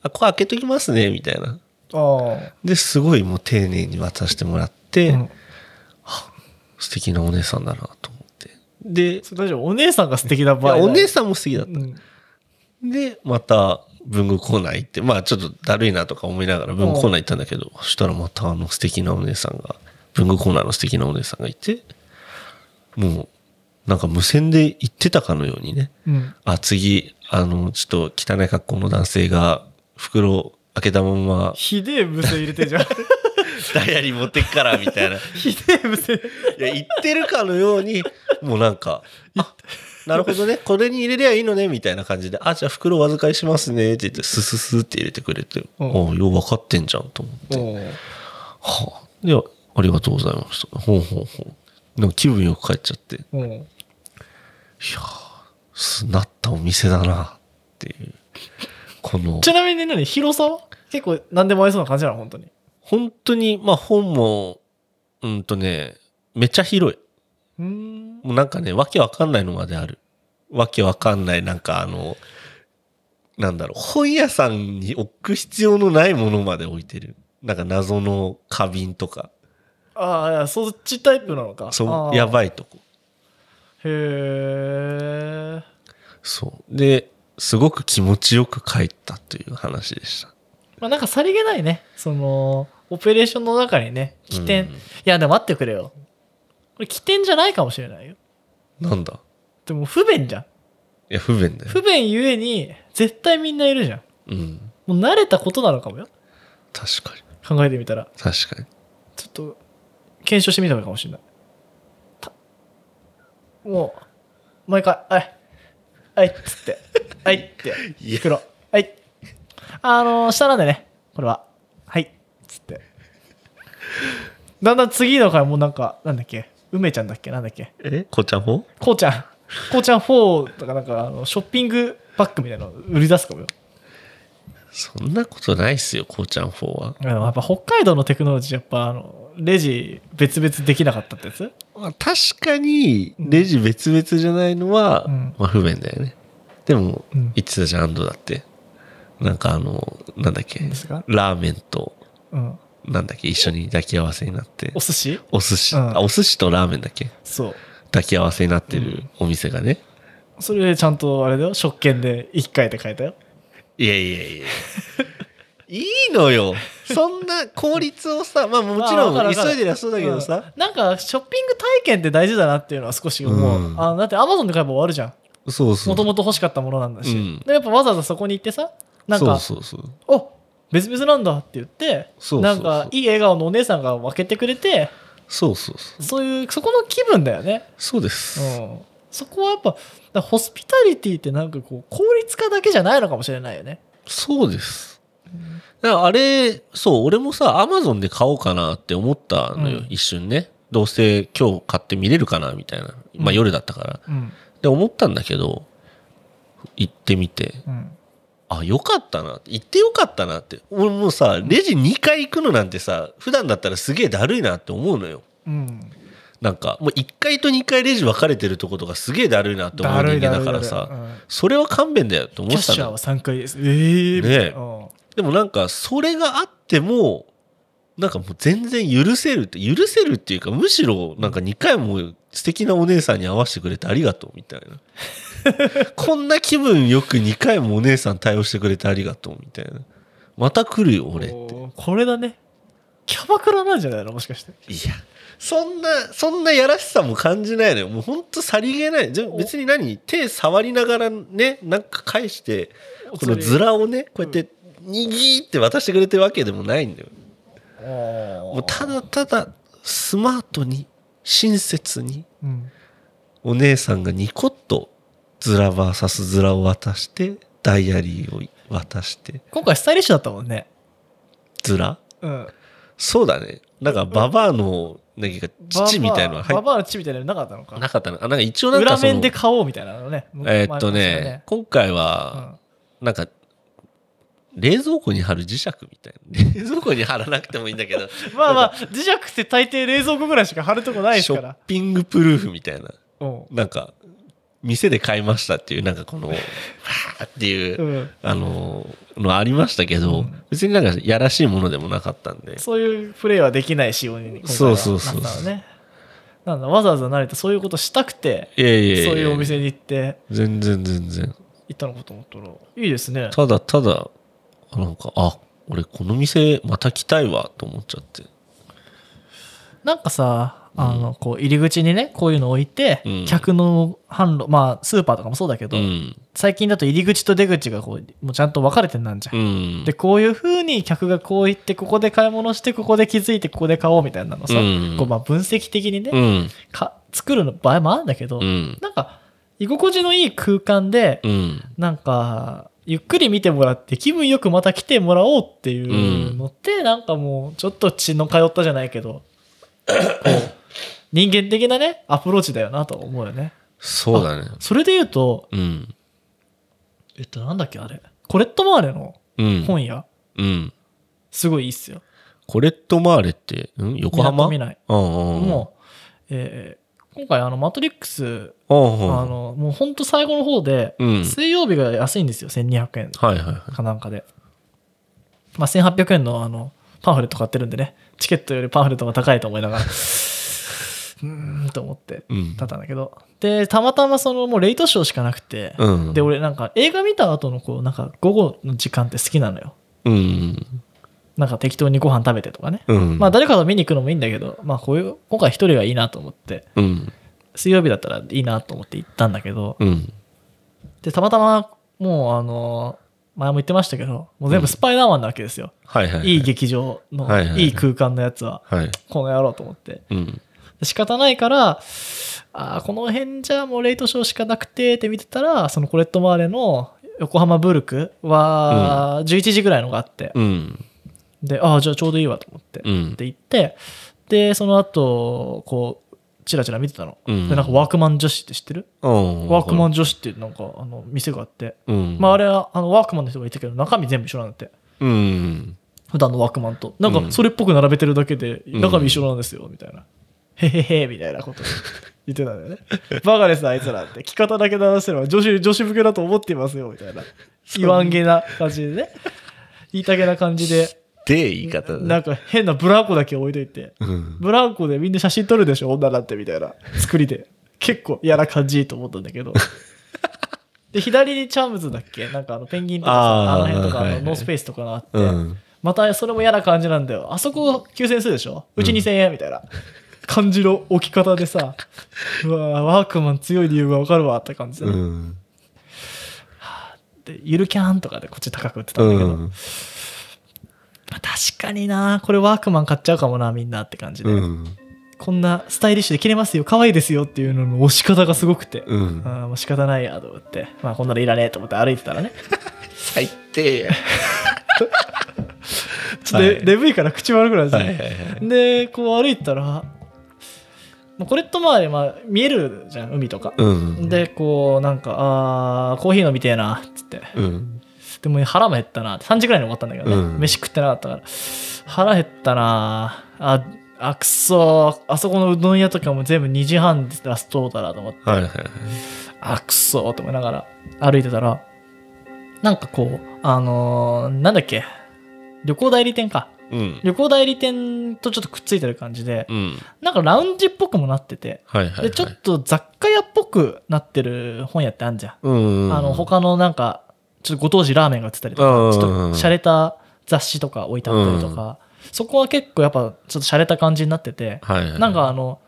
Speaker 1: あこれ開けときますねみたいな
Speaker 2: あ
Speaker 1: ですごいもう丁寧に渡してもらって、
Speaker 2: あ。うん
Speaker 1: 素敵なお姉さんだなと思ってでい
Speaker 2: それ大丈夫。お姉さんが素敵な場
Speaker 1: や
Speaker 2: 合。
Speaker 1: お姉さんも素敵だった、
Speaker 2: うん。
Speaker 1: でまた文具コーナー行ってまあちょっとだるいなとか思いながら文具コーナー行ったんだけど、そしたらまたあの素敵なお姉さんが文具コーナーの素敵なお姉さんがいてもうなんか無線で行ってたかのようにね
Speaker 2: うん。
Speaker 1: あ次あのちょっと汚い格好の男性が袋を開けたまま
Speaker 2: ひでえ無線入れてんじゃん。
Speaker 1: <laughs> ダイヤリー持ってくからみたいな
Speaker 2: ひでえ無線。
Speaker 1: いや言ってるかのよう <laughs> にもうなんか「あなるほどねこれに入れりゃいいのね」みたいな感じで「あじゃあ袋お預かりしますね」って言ってスススって入れてくれて「あ
Speaker 2: うん
Speaker 1: よう分かってんじゃん」と思って
Speaker 2: おう
Speaker 1: 「はあ」で「ありがとうございました」ほうほうほうなんか気分よく帰っちゃってい
Speaker 2: うん。
Speaker 1: やーすなったお店だなっていう。この、
Speaker 2: ちなみに何広さは結構何でも合いそうな感じなの本当に。
Speaker 1: 本当に、まあ本も、うんとね、めっちゃ広い。
Speaker 2: うーん。
Speaker 1: もうなんかね、わけわかんないのまである。わけわかんない、なんかあの、なんだろう、本屋さんに置く必要のないものまで置いてる。なんか謎の花瓶とか、
Speaker 2: ああいや、そっちタイプなのか。
Speaker 1: そう、や
Speaker 2: い。
Speaker 1: ばいとこ。
Speaker 2: へえ。
Speaker 1: そう。で、すごく気持ちよく帰ったという話でした。
Speaker 2: まあなんかさりげないね。その、オペレーションの中にね、起点。
Speaker 1: うん
Speaker 2: いや、でも待ってくれよ。これ起点じゃないかもしれないよ。
Speaker 1: なんだ
Speaker 2: でも不便じゃん。
Speaker 1: いや、不便だよ。
Speaker 2: 不便ゆえに、絶対みんないるじゃん。
Speaker 1: うん。
Speaker 2: もう慣れたことなのかもよ。
Speaker 1: 確かに。
Speaker 2: 考えてみたら。
Speaker 1: 確かに。
Speaker 2: ちょっと、検証してみた方がいいかもしれない。たもう、毎回、あい、あいっつって、あいって、
Speaker 1: いや
Speaker 2: 袋、あい。あのー、下なんでね、これは。はい、っつって。だんだん次の回もうなんか、なんだっけ、梅ちゃんだっけ、なんだっけ、
Speaker 1: えこうちゃんほ
Speaker 2: こうちゃん、こうちゃん4とかなんか、あのショッピングバッグみたいなの売り出すかもよ。
Speaker 1: そんなことないっすよ、こうちゃんほは。
Speaker 2: あのやっぱ北海道のテクノロジー、やっぱあの、レジ別々できなかったってやつ
Speaker 1: まあ、確かにレジ別々じゃないのは、
Speaker 2: うん
Speaker 1: まあ、不便だよねでも
Speaker 2: うん
Speaker 1: 言ってたじゃん安藤だってなんかあのなんだっけ
Speaker 2: ですか
Speaker 1: ラーメンと
Speaker 2: うん。
Speaker 1: なんだっけ一緒に抱き合わせになって
Speaker 2: お寿司
Speaker 1: お寿司、
Speaker 2: うん
Speaker 1: あお寿司とラーメンだっけ
Speaker 2: そう。
Speaker 1: 抱き合わせになってるお店がね、
Speaker 2: それちゃんとあれだよ、食券で1回で買えたよ。
Speaker 1: いやいや
Speaker 2: <laughs>
Speaker 1: いやいいのよそんな効率をさまあもちろ
Speaker 2: まあわかる
Speaker 1: ん
Speaker 2: わかる
Speaker 1: 急いでりゃそうだけどさ、
Speaker 2: うんなんかショッピング体験って大事だなっていうのは少し思う。
Speaker 1: うん
Speaker 2: あのだってアマゾンで買えば終わるじゃん。
Speaker 1: そうそう
Speaker 2: もともと欲しかったものなんだし。
Speaker 1: うん
Speaker 2: でやっぱわざわざそこに行ってさ、なんか、
Speaker 1: そうそうそう
Speaker 2: お別々なんだって言って、
Speaker 1: そうそうそう
Speaker 2: なんかいい笑顔のお姉さんが分けてくれて、
Speaker 1: そうそうそう
Speaker 2: そういう、そこの気分だよね。
Speaker 1: そうです、
Speaker 2: うん。そこはやっぱ、だからホスピタリティってなんかこう、効率化だけじゃないのかもしれないよね。
Speaker 1: そうです。だからあれ、そう、俺もさ、アマゾンで買おうかなって思ったのよ、
Speaker 2: うん
Speaker 1: 一瞬ね。どうせ今日買って見れるかな、みたいな。ま
Speaker 2: う
Speaker 1: あ
Speaker 2: ん
Speaker 1: 夜だったから。
Speaker 2: うん。
Speaker 1: で、思ったんだけど、行ってみて、
Speaker 2: うん。
Speaker 1: あ、よかったなって、行ってよかったなって。俺もうさ、レジ2回行くのなんてさ、普段だったらすげえだるいなって思うのよ。
Speaker 2: うん。
Speaker 1: なんか、もう1回と2回レジ分かれてるとことがすげえだるいなって思う人間だから
Speaker 2: だるいだるいだ
Speaker 1: さ、
Speaker 2: るいうん
Speaker 1: それは勘弁だよって思
Speaker 2: キャ
Speaker 1: っ
Speaker 2: ッ
Speaker 1: てた
Speaker 2: シ
Speaker 1: の
Speaker 2: ャー
Speaker 1: よ
Speaker 2: は3回です。えー、
Speaker 1: ねえ
Speaker 2: みたいなうん
Speaker 1: でもなんかそれがあってもなんかもう全然許せるって許せるっていうかむしろなんか2回も素敵なお姉さんに会わせてくれてありがとうみたいな
Speaker 2: <laughs>
Speaker 1: こんな気分よく2回もお姉さん対応してくれてありがとうみたいなまた来るよ俺って
Speaker 2: おーこれだね。キャバクラなんじゃないのもしかして。
Speaker 1: いやそんなそんなやらしさも感じないのよもうほんとさりげないじゃ
Speaker 2: お
Speaker 1: 別に何手触りながらねなんか返してこのズ
Speaker 2: ずら
Speaker 1: ラをねこうやってにぎーって渡してくれてるわけでもないんだよも
Speaker 2: も
Speaker 1: うた、だただスマートに親切に
Speaker 2: うん
Speaker 1: お姉さんがニコッとズラバーサスズラを渡してダイアリーを渡して
Speaker 2: 今回スタイリッシュだったもんね。
Speaker 1: ズラ
Speaker 2: うん。
Speaker 1: そうだねなんかババアの何か父みたいのは
Speaker 2: ババア
Speaker 1: 入
Speaker 2: ババアの父みたいなのなかったの
Speaker 1: っ
Speaker 2: か。
Speaker 1: なかったのあなんか一応なんか
Speaker 2: 裏
Speaker 1: その
Speaker 2: 面で買おうみたいなのね。
Speaker 1: えーっとね
Speaker 2: 前々から。
Speaker 1: 今回
Speaker 2: う
Speaker 1: は
Speaker 2: ん
Speaker 1: なんか冷蔵庫に貼る磁石みたいな <laughs> 冷蔵庫に貼らなくてもいいんだけど
Speaker 2: まあまあ、磁石って大抵冷蔵庫ぐらいしか貼るとこないです
Speaker 1: シ
Speaker 2: か
Speaker 1: ョッ
Speaker 2: ら。
Speaker 1: ピングプルーフみたいな
Speaker 2: うん。
Speaker 1: なんか、店で買いましたっていう、なんかこ
Speaker 2: <laughs>
Speaker 1: の、わーっていう、
Speaker 2: うん
Speaker 1: あの、のありましたけど、
Speaker 2: うん
Speaker 1: 別になんかやらしいものでもなかったんで、
Speaker 2: そういうプレイはできない仕様に今回は
Speaker 1: そうそうそう
Speaker 2: なったのね。なんだ、わざわざ慣れてそういうことしたくて、
Speaker 1: いやい
Speaker 2: そう
Speaker 1: やいや
Speaker 2: いうお店に行って、
Speaker 1: 全然全然。
Speaker 2: 行ったのかと思ったらいいですね
Speaker 1: ただただ、なんか、あ、俺この店また来たいわと思っちゃって。
Speaker 2: なんかさあのこう入り口にねこういうの置いて、
Speaker 1: うん
Speaker 2: 客の販路まあスーパーとかもそうだけ
Speaker 1: う
Speaker 2: ど、
Speaker 1: ん。
Speaker 2: 最近だと入り口と出口がこうもうちゃんと分かれてんなんじゃん、
Speaker 1: うん。
Speaker 2: でこういう風に客がこう言ってここで買い物してここで気づいてここで買おうみたいなのさ、
Speaker 1: うん
Speaker 2: こうまあ分析的にね、
Speaker 1: うん。
Speaker 2: か作るの場合もあるんだけど、
Speaker 1: うん。
Speaker 2: なんか居心地のいい空間で、
Speaker 1: うん。
Speaker 2: なんかゆっくり見てもらって気分よくまた来てもらおうっていうのって、なんかもうちょっと血の通ったじゃないけどこう人間的なねアプローチだよなと思うよね
Speaker 1: そうだね。
Speaker 2: それで言うと、
Speaker 1: うん。
Speaker 2: えっと、なんだっけ、あれ。コレット・マーレの
Speaker 1: うん。
Speaker 2: 本屋、
Speaker 1: うん。
Speaker 2: すごいいいっすよ。
Speaker 1: コレットマーレって、ん横浜
Speaker 2: みなとみない
Speaker 1: うんうんうん。
Speaker 2: もう、えー今回、あの、マトリックス、
Speaker 1: うんうん、
Speaker 2: あの、もうほんと最後の方で、
Speaker 1: うん。
Speaker 2: 水曜日が安いんですよ、1200円
Speaker 1: はいはいはい。
Speaker 2: かなんかで。まあ、1800円のあのパンフレット買ってるんでね、チケットよりパンフレットが高いと思いながら、うーんと思って
Speaker 1: うん。
Speaker 2: だったんだけど。で、たまたまそのもうレイトショーしかなくて、
Speaker 1: うん。
Speaker 2: で、俺なんか映画見た後のこう、なんか午後の時間って好きなのよ。
Speaker 1: うん。
Speaker 2: なんか適当にご飯食べてとかね。
Speaker 1: うん。
Speaker 2: まあ誰かと見に行くのもいいんだけど、まあこういう、今回一人がいいなと思って、
Speaker 1: うん。
Speaker 2: 水曜日だったらいいなと思って行ったんだけど、
Speaker 1: うん。
Speaker 2: で、たまたまもうあの、前も言ってましたけど、もう全部スパイダーマンなわけですよ。
Speaker 1: はいはい、はい。
Speaker 2: いい劇場
Speaker 1: はいはいは
Speaker 2: の
Speaker 1: い
Speaker 2: いい空間のやつは、
Speaker 1: はい。
Speaker 2: この野郎と思って。
Speaker 1: うん。
Speaker 2: 仕方ないから、あーこの辺じゃもうレイトショーしかなくてって見てたら、そのコレット・マーレの横浜ブルクは11時ぐらいのがあって、
Speaker 1: うん。
Speaker 2: で、ああ、じゃあちょうどいいわと思って、
Speaker 1: う
Speaker 2: っ
Speaker 1: ん。
Speaker 2: て言って、で、その後、こう、チラチラ見てたの。
Speaker 1: うん
Speaker 2: で、なんかワークマン女子って知ってる
Speaker 1: うん
Speaker 2: ワークマ
Speaker 1: ン。
Speaker 2: ン女子っていうなんかあの店があって、
Speaker 1: うん。
Speaker 2: まああ
Speaker 1: れ。
Speaker 2: れはあのワークマンの人がいたけど、中身全部一緒なんだって。
Speaker 1: うん。
Speaker 2: 普段のワークマンと。なん
Speaker 1: う
Speaker 2: か、
Speaker 1: ん
Speaker 2: それっぽく並べてるだけで、
Speaker 1: うん
Speaker 2: 中身一緒なんですよ、みたいな。へへへ、みたいなこと言ってたんだよね。
Speaker 1: <laughs>
Speaker 2: バカです、あいつらって。着方だけで話してれば、女子、女子向けだと思っていますよ、みたいな。言わんげな感じでね。言いたげな感じで、
Speaker 1: で、言い方だね
Speaker 2: なんか変なブランコだけ置いといて。
Speaker 1: うん。
Speaker 2: ブランコでみんな写真撮るでしょ、女なんて、みたいな。作りで。結構嫌な感じと思ったんだけ
Speaker 1: <laughs>
Speaker 2: ど。で、左にチャームズだっけなんかあのペンギンとかさ、
Speaker 1: あ
Speaker 2: あ
Speaker 1: ー
Speaker 2: の辺とかあ
Speaker 1: はい
Speaker 2: の
Speaker 1: はい
Speaker 2: ノースペースとかがあって、
Speaker 1: うん。
Speaker 2: またそれも嫌な感じなんだよ。あそこ9000円するでしょうち2000円みたいな感じの置き方
Speaker 1: <laughs>
Speaker 2: でさ、うわーワークマン強い理由がわかるわって感じで,、
Speaker 1: うん。
Speaker 2: で、ゆるキャンとかでこっち高く売ってたんだけ
Speaker 1: う
Speaker 2: ど、ま
Speaker 1: ん。
Speaker 2: あ、確かにな、これワークマン買っちゃうかもな、みんなって感じで、
Speaker 1: うん。
Speaker 2: こんなスタイリッシュで着れますよ、可愛いですよっていうのの押し方がすごくて、
Speaker 1: うん
Speaker 2: あーもう仕方ないやと思って、まあこんなのいらねえと思って歩いてたらね、
Speaker 1: 最低や。はい
Speaker 2: で、眠いから口悪くなるんです
Speaker 1: は
Speaker 2: よ
Speaker 1: いはいはい。
Speaker 2: でこう歩いてたらまあこれとまあまあ見えるじゃん海とか、
Speaker 1: うん。
Speaker 2: でこうなんかあーコーヒー飲みてえなっつって
Speaker 1: うん。
Speaker 2: でも腹も減ったなって3時ぐらいに終わったんだけどね、
Speaker 1: うん
Speaker 2: 飯食ってなかったから腹減ったなああくそあそこのうどん屋とかも全部2時半でラストオーダーだと思って、
Speaker 1: はいはいはい。
Speaker 2: あくそと思いながら歩いてたらなんかこうあのーなんだっけ旅行代理店か
Speaker 1: うん。
Speaker 2: 旅行代理店とちょっとくっついてる感じで、
Speaker 1: うん。
Speaker 2: なんかラウンジっぽくもなってて、
Speaker 1: はいはいはい。
Speaker 2: で、ちょっと雑貨屋っぽくなってる本屋ってあんじゃん。
Speaker 1: うん。
Speaker 2: あの、他のなんか、ちょっとご当地ラーメンが売ってたり
Speaker 1: う
Speaker 2: と
Speaker 1: ん
Speaker 2: か、ちょっと洒落た雑誌とか置いてあったりとか、そこは結構やっぱちょっと洒落た感じになってて、
Speaker 1: はいはい。
Speaker 2: なんかあの、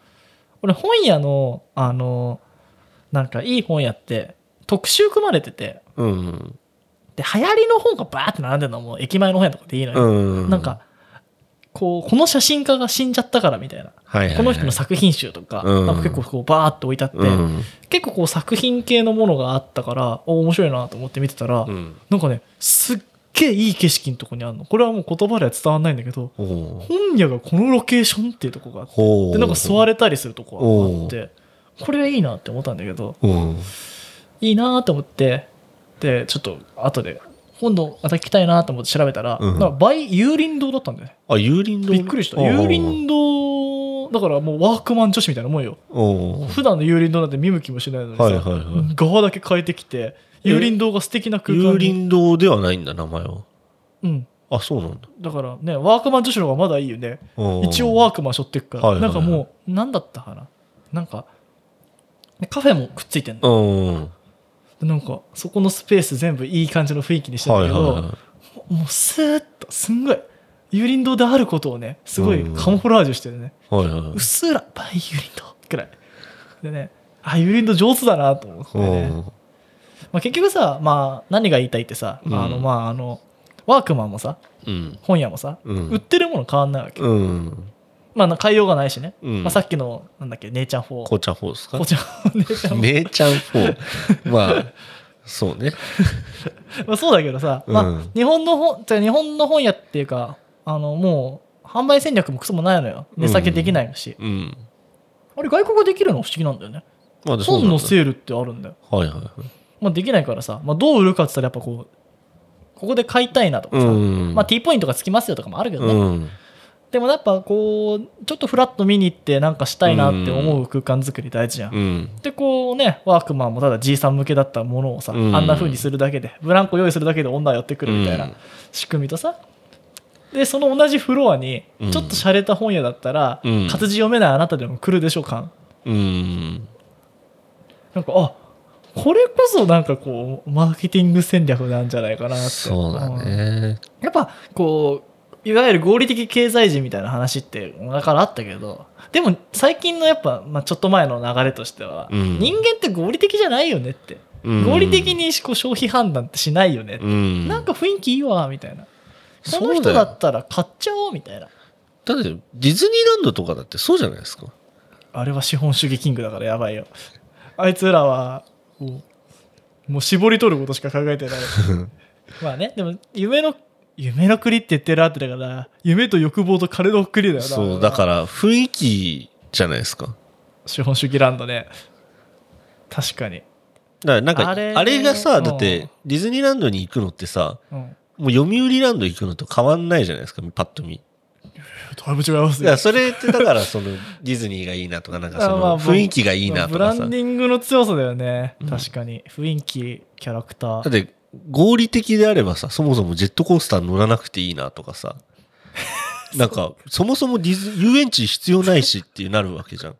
Speaker 2: 俺本屋の、あの、なんかいい本屋って特集組まれてて、
Speaker 1: うん。
Speaker 2: で、流行りの本がバーって並んでるのはもう駅前の本屋とかでいいのよ。
Speaker 1: うん。
Speaker 2: なん、か、こう、この写真家が死んじゃったからみたいな。
Speaker 1: はいはいはい、
Speaker 2: この人の作品集とか、
Speaker 1: うん
Speaker 2: なんか結構こうバーって置いてあって、
Speaker 1: うん。
Speaker 2: 結構こう作品系のものがあったから、お面白いなと思って見てたら、
Speaker 1: うん。
Speaker 2: なんかね、すっげえいい景色のとこにあるの。これはもう言葉では伝わんないんだけど、
Speaker 1: ほう。
Speaker 2: 本屋がこのロケーションっていうとこがあって、
Speaker 1: ほう。
Speaker 2: で、なんか座
Speaker 1: れ。
Speaker 2: れたりするとこがあって、これはいいなって思ったんだけど、
Speaker 1: うん。
Speaker 2: いいなと思って、で、ちょっと後で、今度また来たいなと思って調べたら、
Speaker 1: うん
Speaker 2: なんか倍有林堂だったんだよね。
Speaker 1: あ、油林堂
Speaker 2: びっくりした。有林堂、だからもうワークマン女子みたいなもんよ。
Speaker 1: お
Speaker 2: 普段の幽林堂なんて見向きもしないのにさ、
Speaker 1: はいはいはい。
Speaker 2: 側だけ変えてきて幽林堂が素敵な空間
Speaker 1: 油
Speaker 2: に、
Speaker 1: 林堂ではないんだ、名前は。
Speaker 2: うん、
Speaker 1: あ、そうなんだ。
Speaker 2: だからねワークマン女子の方がまだいいよね
Speaker 1: おー
Speaker 2: 一応ワークマン背負ってくから、
Speaker 1: はいはいはい
Speaker 2: なんかもう何だったかななんかカフェもくっついてんの
Speaker 1: うん。は
Speaker 2: でなんかそこのスペース全部いい感じの雰囲気にし
Speaker 1: い
Speaker 2: てん
Speaker 1: は
Speaker 2: だ
Speaker 1: い
Speaker 2: けど、
Speaker 1: は
Speaker 2: もうスーッとすんごい幽林堂であることをねすごい
Speaker 1: うん
Speaker 2: カモフラージュしてるね、
Speaker 1: い。はいは
Speaker 2: うっすらバイ幽林堂くらいでねあ幽林堂上手だなと思って
Speaker 1: い。
Speaker 2: ね
Speaker 1: うん。
Speaker 2: まあ、結局さ、まあ、何が言いたいってさ、
Speaker 1: うん
Speaker 2: あのまああのワークマンもさ
Speaker 1: うん。
Speaker 2: 本屋もさ、
Speaker 1: うん
Speaker 2: 売ってるもの変わんないわけ、
Speaker 1: うん。
Speaker 2: まあな変えようがないしね、
Speaker 1: うん
Speaker 2: まあ、さっきのなんだっけ姉ちゃん4
Speaker 1: 紅茶フォーですか
Speaker 2: こちらの
Speaker 1: 姉
Speaker 2: 姉 <laughs> ちゃん
Speaker 1: ちゃんフォー。まあ、そうね。
Speaker 2: まあそうだけどさ、ま
Speaker 1: う
Speaker 2: あ
Speaker 1: ん、
Speaker 2: 日本の本じゃあ日本の本屋っていうかあのもう販売戦略もクソもないのよ値下げできないし、
Speaker 1: うん。
Speaker 2: あれ外国できるの不思議なんだよね
Speaker 1: まあでそうな
Speaker 2: 本
Speaker 1: ん
Speaker 2: の
Speaker 1: だ
Speaker 2: セールってあるんだよ。
Speaker 1: はいはいはい。
Speaker 2: まあ、できないからさ、まあ、どう売るかって言ったらやっぱこう、ここで買いたいなとか
Speaker 1: う
Speaker 2: さ、
Speaker 1: ん。
Speaker 2: まあ、T ポイントがつきますよとかもあるけどね。
Speaker 1: うん。
Speaker 2: でもやっぱこう、ちょっとフラッと見に行ってなんかしたいなって思う空間作り大事じゃん。
Speaker 1: うん。
Speaker 2: でこうね、ワークマンもただじいさん向けだったものをさ、
Speaker 1: うん
Speaker 2: あんな風にするだけでブランコ用意するだけで女寄ってくるみた
Speaker 1: う
Speaker 2: い
Speaker 1: ん
Speaker 2: な仕組みとさ、でその同じフロアに
Speaker 1: うん
Speaker 2: ちょっと洒落た本屋だったら、
Speaker 1: うん
Speaker 2: 活字読めないあなたでも来るでしょう感
Speaker 1: うん。
Speaker 2: なんかあこれこそなんかこうマーケティング戦略なんじゃないかなって
Speaker 1: そうだね。
Speaker 2: うんやっぱこういわゆる合理的経済人みたいな話ってだからあったけどでも最近のやっぱ、まあ、ちょっと前の流れとしては、
Speaker 1: うん
Speaker 2: 人間って合理的じゃないよねって
Speaker 1: うん
Speaker 2: 合理的。にこう消費判断ってしないよね、
Speaker 1: うん。
Speaker 2: なんか雰囲気いいわみたいなこの
Speaker 1: そう
Speaker 2: 人
Speaker 1: だよ
Speaker 2: だったら買っちゃおうみたいな
Speaker 1: だって、ディズニーランドとかだってそうじゃないですか。
Speaker 2: あれは資本主義キングだからやばいよあいつらはもうもう絞り取ることしか考
Speaker 1: <laughs>
Speaker 2: えてないまあねでも夢の夢の国って言ってるあてだから夢と欲望と金の国だよな
Speaker 1: そう、だから雰囲気じゃないですか。
Speaker 2: 資本主義ランドね確か
Speaker 1: だ
Speaker 2: に、
Speaker 1: からなんか、
Speaker 2: あ
Speaker 1: あ
Speaker 2: れ
Speaker 1: れが
Speaker 2: う
Speaker 1: さ、
Speaker 2: ん
Speaker 1: だって、ディズニーランドに行くのってさ、
Speaker 2: うん、
Speaker 1: もう読売ランド行くのと変わんないじゃないですか、パッと見。
Speaker 2: だいぶ違います
Speaker 1: い
Speaker 2: よ
Speaker 1: や、それってだから、その、ディズニーがいいなとか、なんかそ
Speaker 2: あ <laughs> まあ
Speaker 1: の、雰囲気がいいなとか
Speaker 2: ブラ
Speaker 1: さ。
Speaker 2: ン
Speaker 1: だ
Speaker 2: ディングの強さだよね、
Speaker 1: うん
Speaker 2: 確かに雰囲気キャラクター
Speaker 1: って、合理的であればさ、そもそもジェットコースター乗らなくていいなとか <laughs> さ。なんか、そもそもディズ遊園地必要ないしってなるわけじゃん。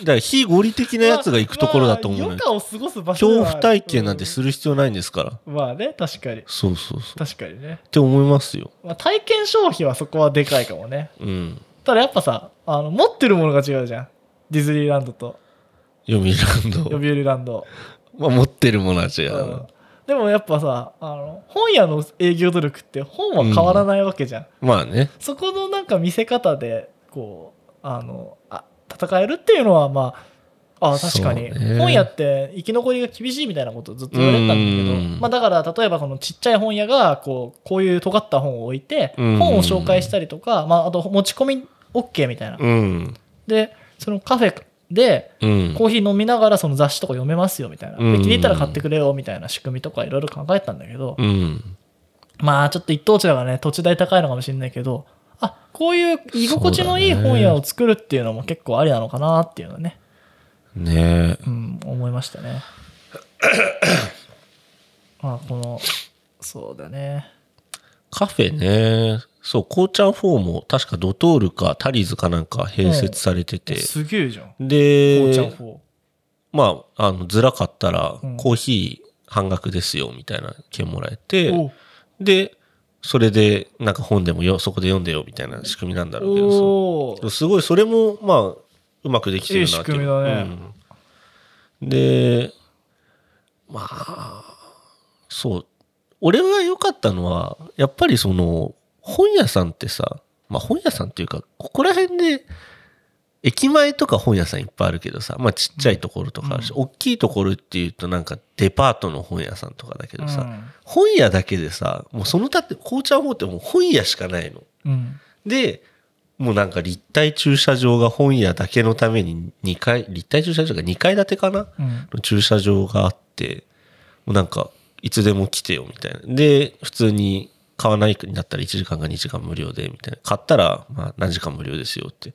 Speaker 1: だから、非合理的なやつが行くところだと思うのよ
Speaker 2: まあ。余暇を過ごす場所で
Speaker 1: 恐
Speaker 2: は
Speaker 1: 怖体験なんてする必要ないんですから。
Speaker 2: うんまあね確かに
Speaker 1: そうそうそう。
Speaker 2: 確かにね、
Speaker 1: って思いますよ。
Speaker 2: まあ、体験消費はそこはでかいかもね
Speaker 1: うん。
Speaker 2: ただやっぱさあの持ってるものが違うじゃんディズニーランドと
Speaker 1: 読売ラン
Speaker 2: 呼
Speaker 1: ド。
Speaker 2: び売りランド、
Speaker 1: まあ、持ってるものは違
Speaker 2: う。
Speaker 1: うん
Speaker 2: でもやっぱさあの本屋の営業努力って本は変わらないわけじゃん、
Speaker 1: まあね。
Speaker 2: そこのなんか見せ方でこうあのあ戦えるっていうのはまああ確かに、
Speaker 1: そうね
Speaker 2: 本屋って生き残りが厳しいみたいなことをずっと言われてたんだけ
Speaker 1: う
Speaker 2: ど、
Speaker 1: ん
Speaker 2: まあ、だから例えばこのちっちゃい本屋がこうこういう尖った本を置いて
Speaker 1: うん
Speaker 2: 本を紹介したりとか、まあ、あと持ち込み OK みたいな。
Speaker 1: うん。
Speaker 2: でそのカフェで
Speaker 1: うん。
Speaker 2: コーヒー飲みながらその雑誌とか読めますよみたいな。で
Speaker 1: うん
Speaker 2: 気に入ったら買ってくれよみたいな仕組みとかいろいろ考えたんだけど、
Speaker 1: うん。
Speaker 2: まあちょっと一等地だからね、土地代高いのかもしれないけど、あ、こういう居心地のいい
Speaker 1: そうだね
Speaker 2: 本屋を作るっていうのも結構ありなのかなっていうのはね、
Speaker 1: ねえ。
Speaker 2: うん、思いまし
Speaker 1: <coughs>
Speaker 2: たね。まあこの、そうだね。
Speaker 1: カフェね。そう、紅茶4も確かドトールかタリーズかなんか併設されてて。
Speaker 2: すげえじゃん。紅茶
Speaker 1: で、
Speaker 2: 法。
Speaker 1: まあ、あの、ずらかったら
Speaker 2: うん
Speaker 1: コーヒー半額ですよみたいな券もらえて。
Speaker 2: お
Speaker 1: で、それで、なんか本でもよ、そこで読んでよみたいな仕組みなんだろうけどさ。
Speaker 2: おー
Speaker 1: すごい、それも、まあ、うまくできてるなっていう。
Speaker 2: いい仕組みだね
Speaker 1: うんで、まあ、そう。俺が良かったのは、やっぱりその、本屋さんってさ、まあ本屋さんっていうか、ここら辺で、駅前とか本屋さんいっぱいあるけどさ、まあちっちゃいところとかあるし、大きいところっていうとなんかデパートの本屋さんとかだけどさ、本屋だけでさ、もうそのだって、紅茶法ってもう本屋しかないの。
Speaker 2: うん。うん
Speaker 1: で、もうなんか立体駐車場が本屋だけのために2階、立体駐車場が2階建てかな
Speaker 2: うん
Speaker 1: の駐車場があって、もうなんかいつでも来てよみたいな。で、普通に買わないんだったら1時間か2時間無料でみたいな。買ったらまあ何時間無料ですよって。も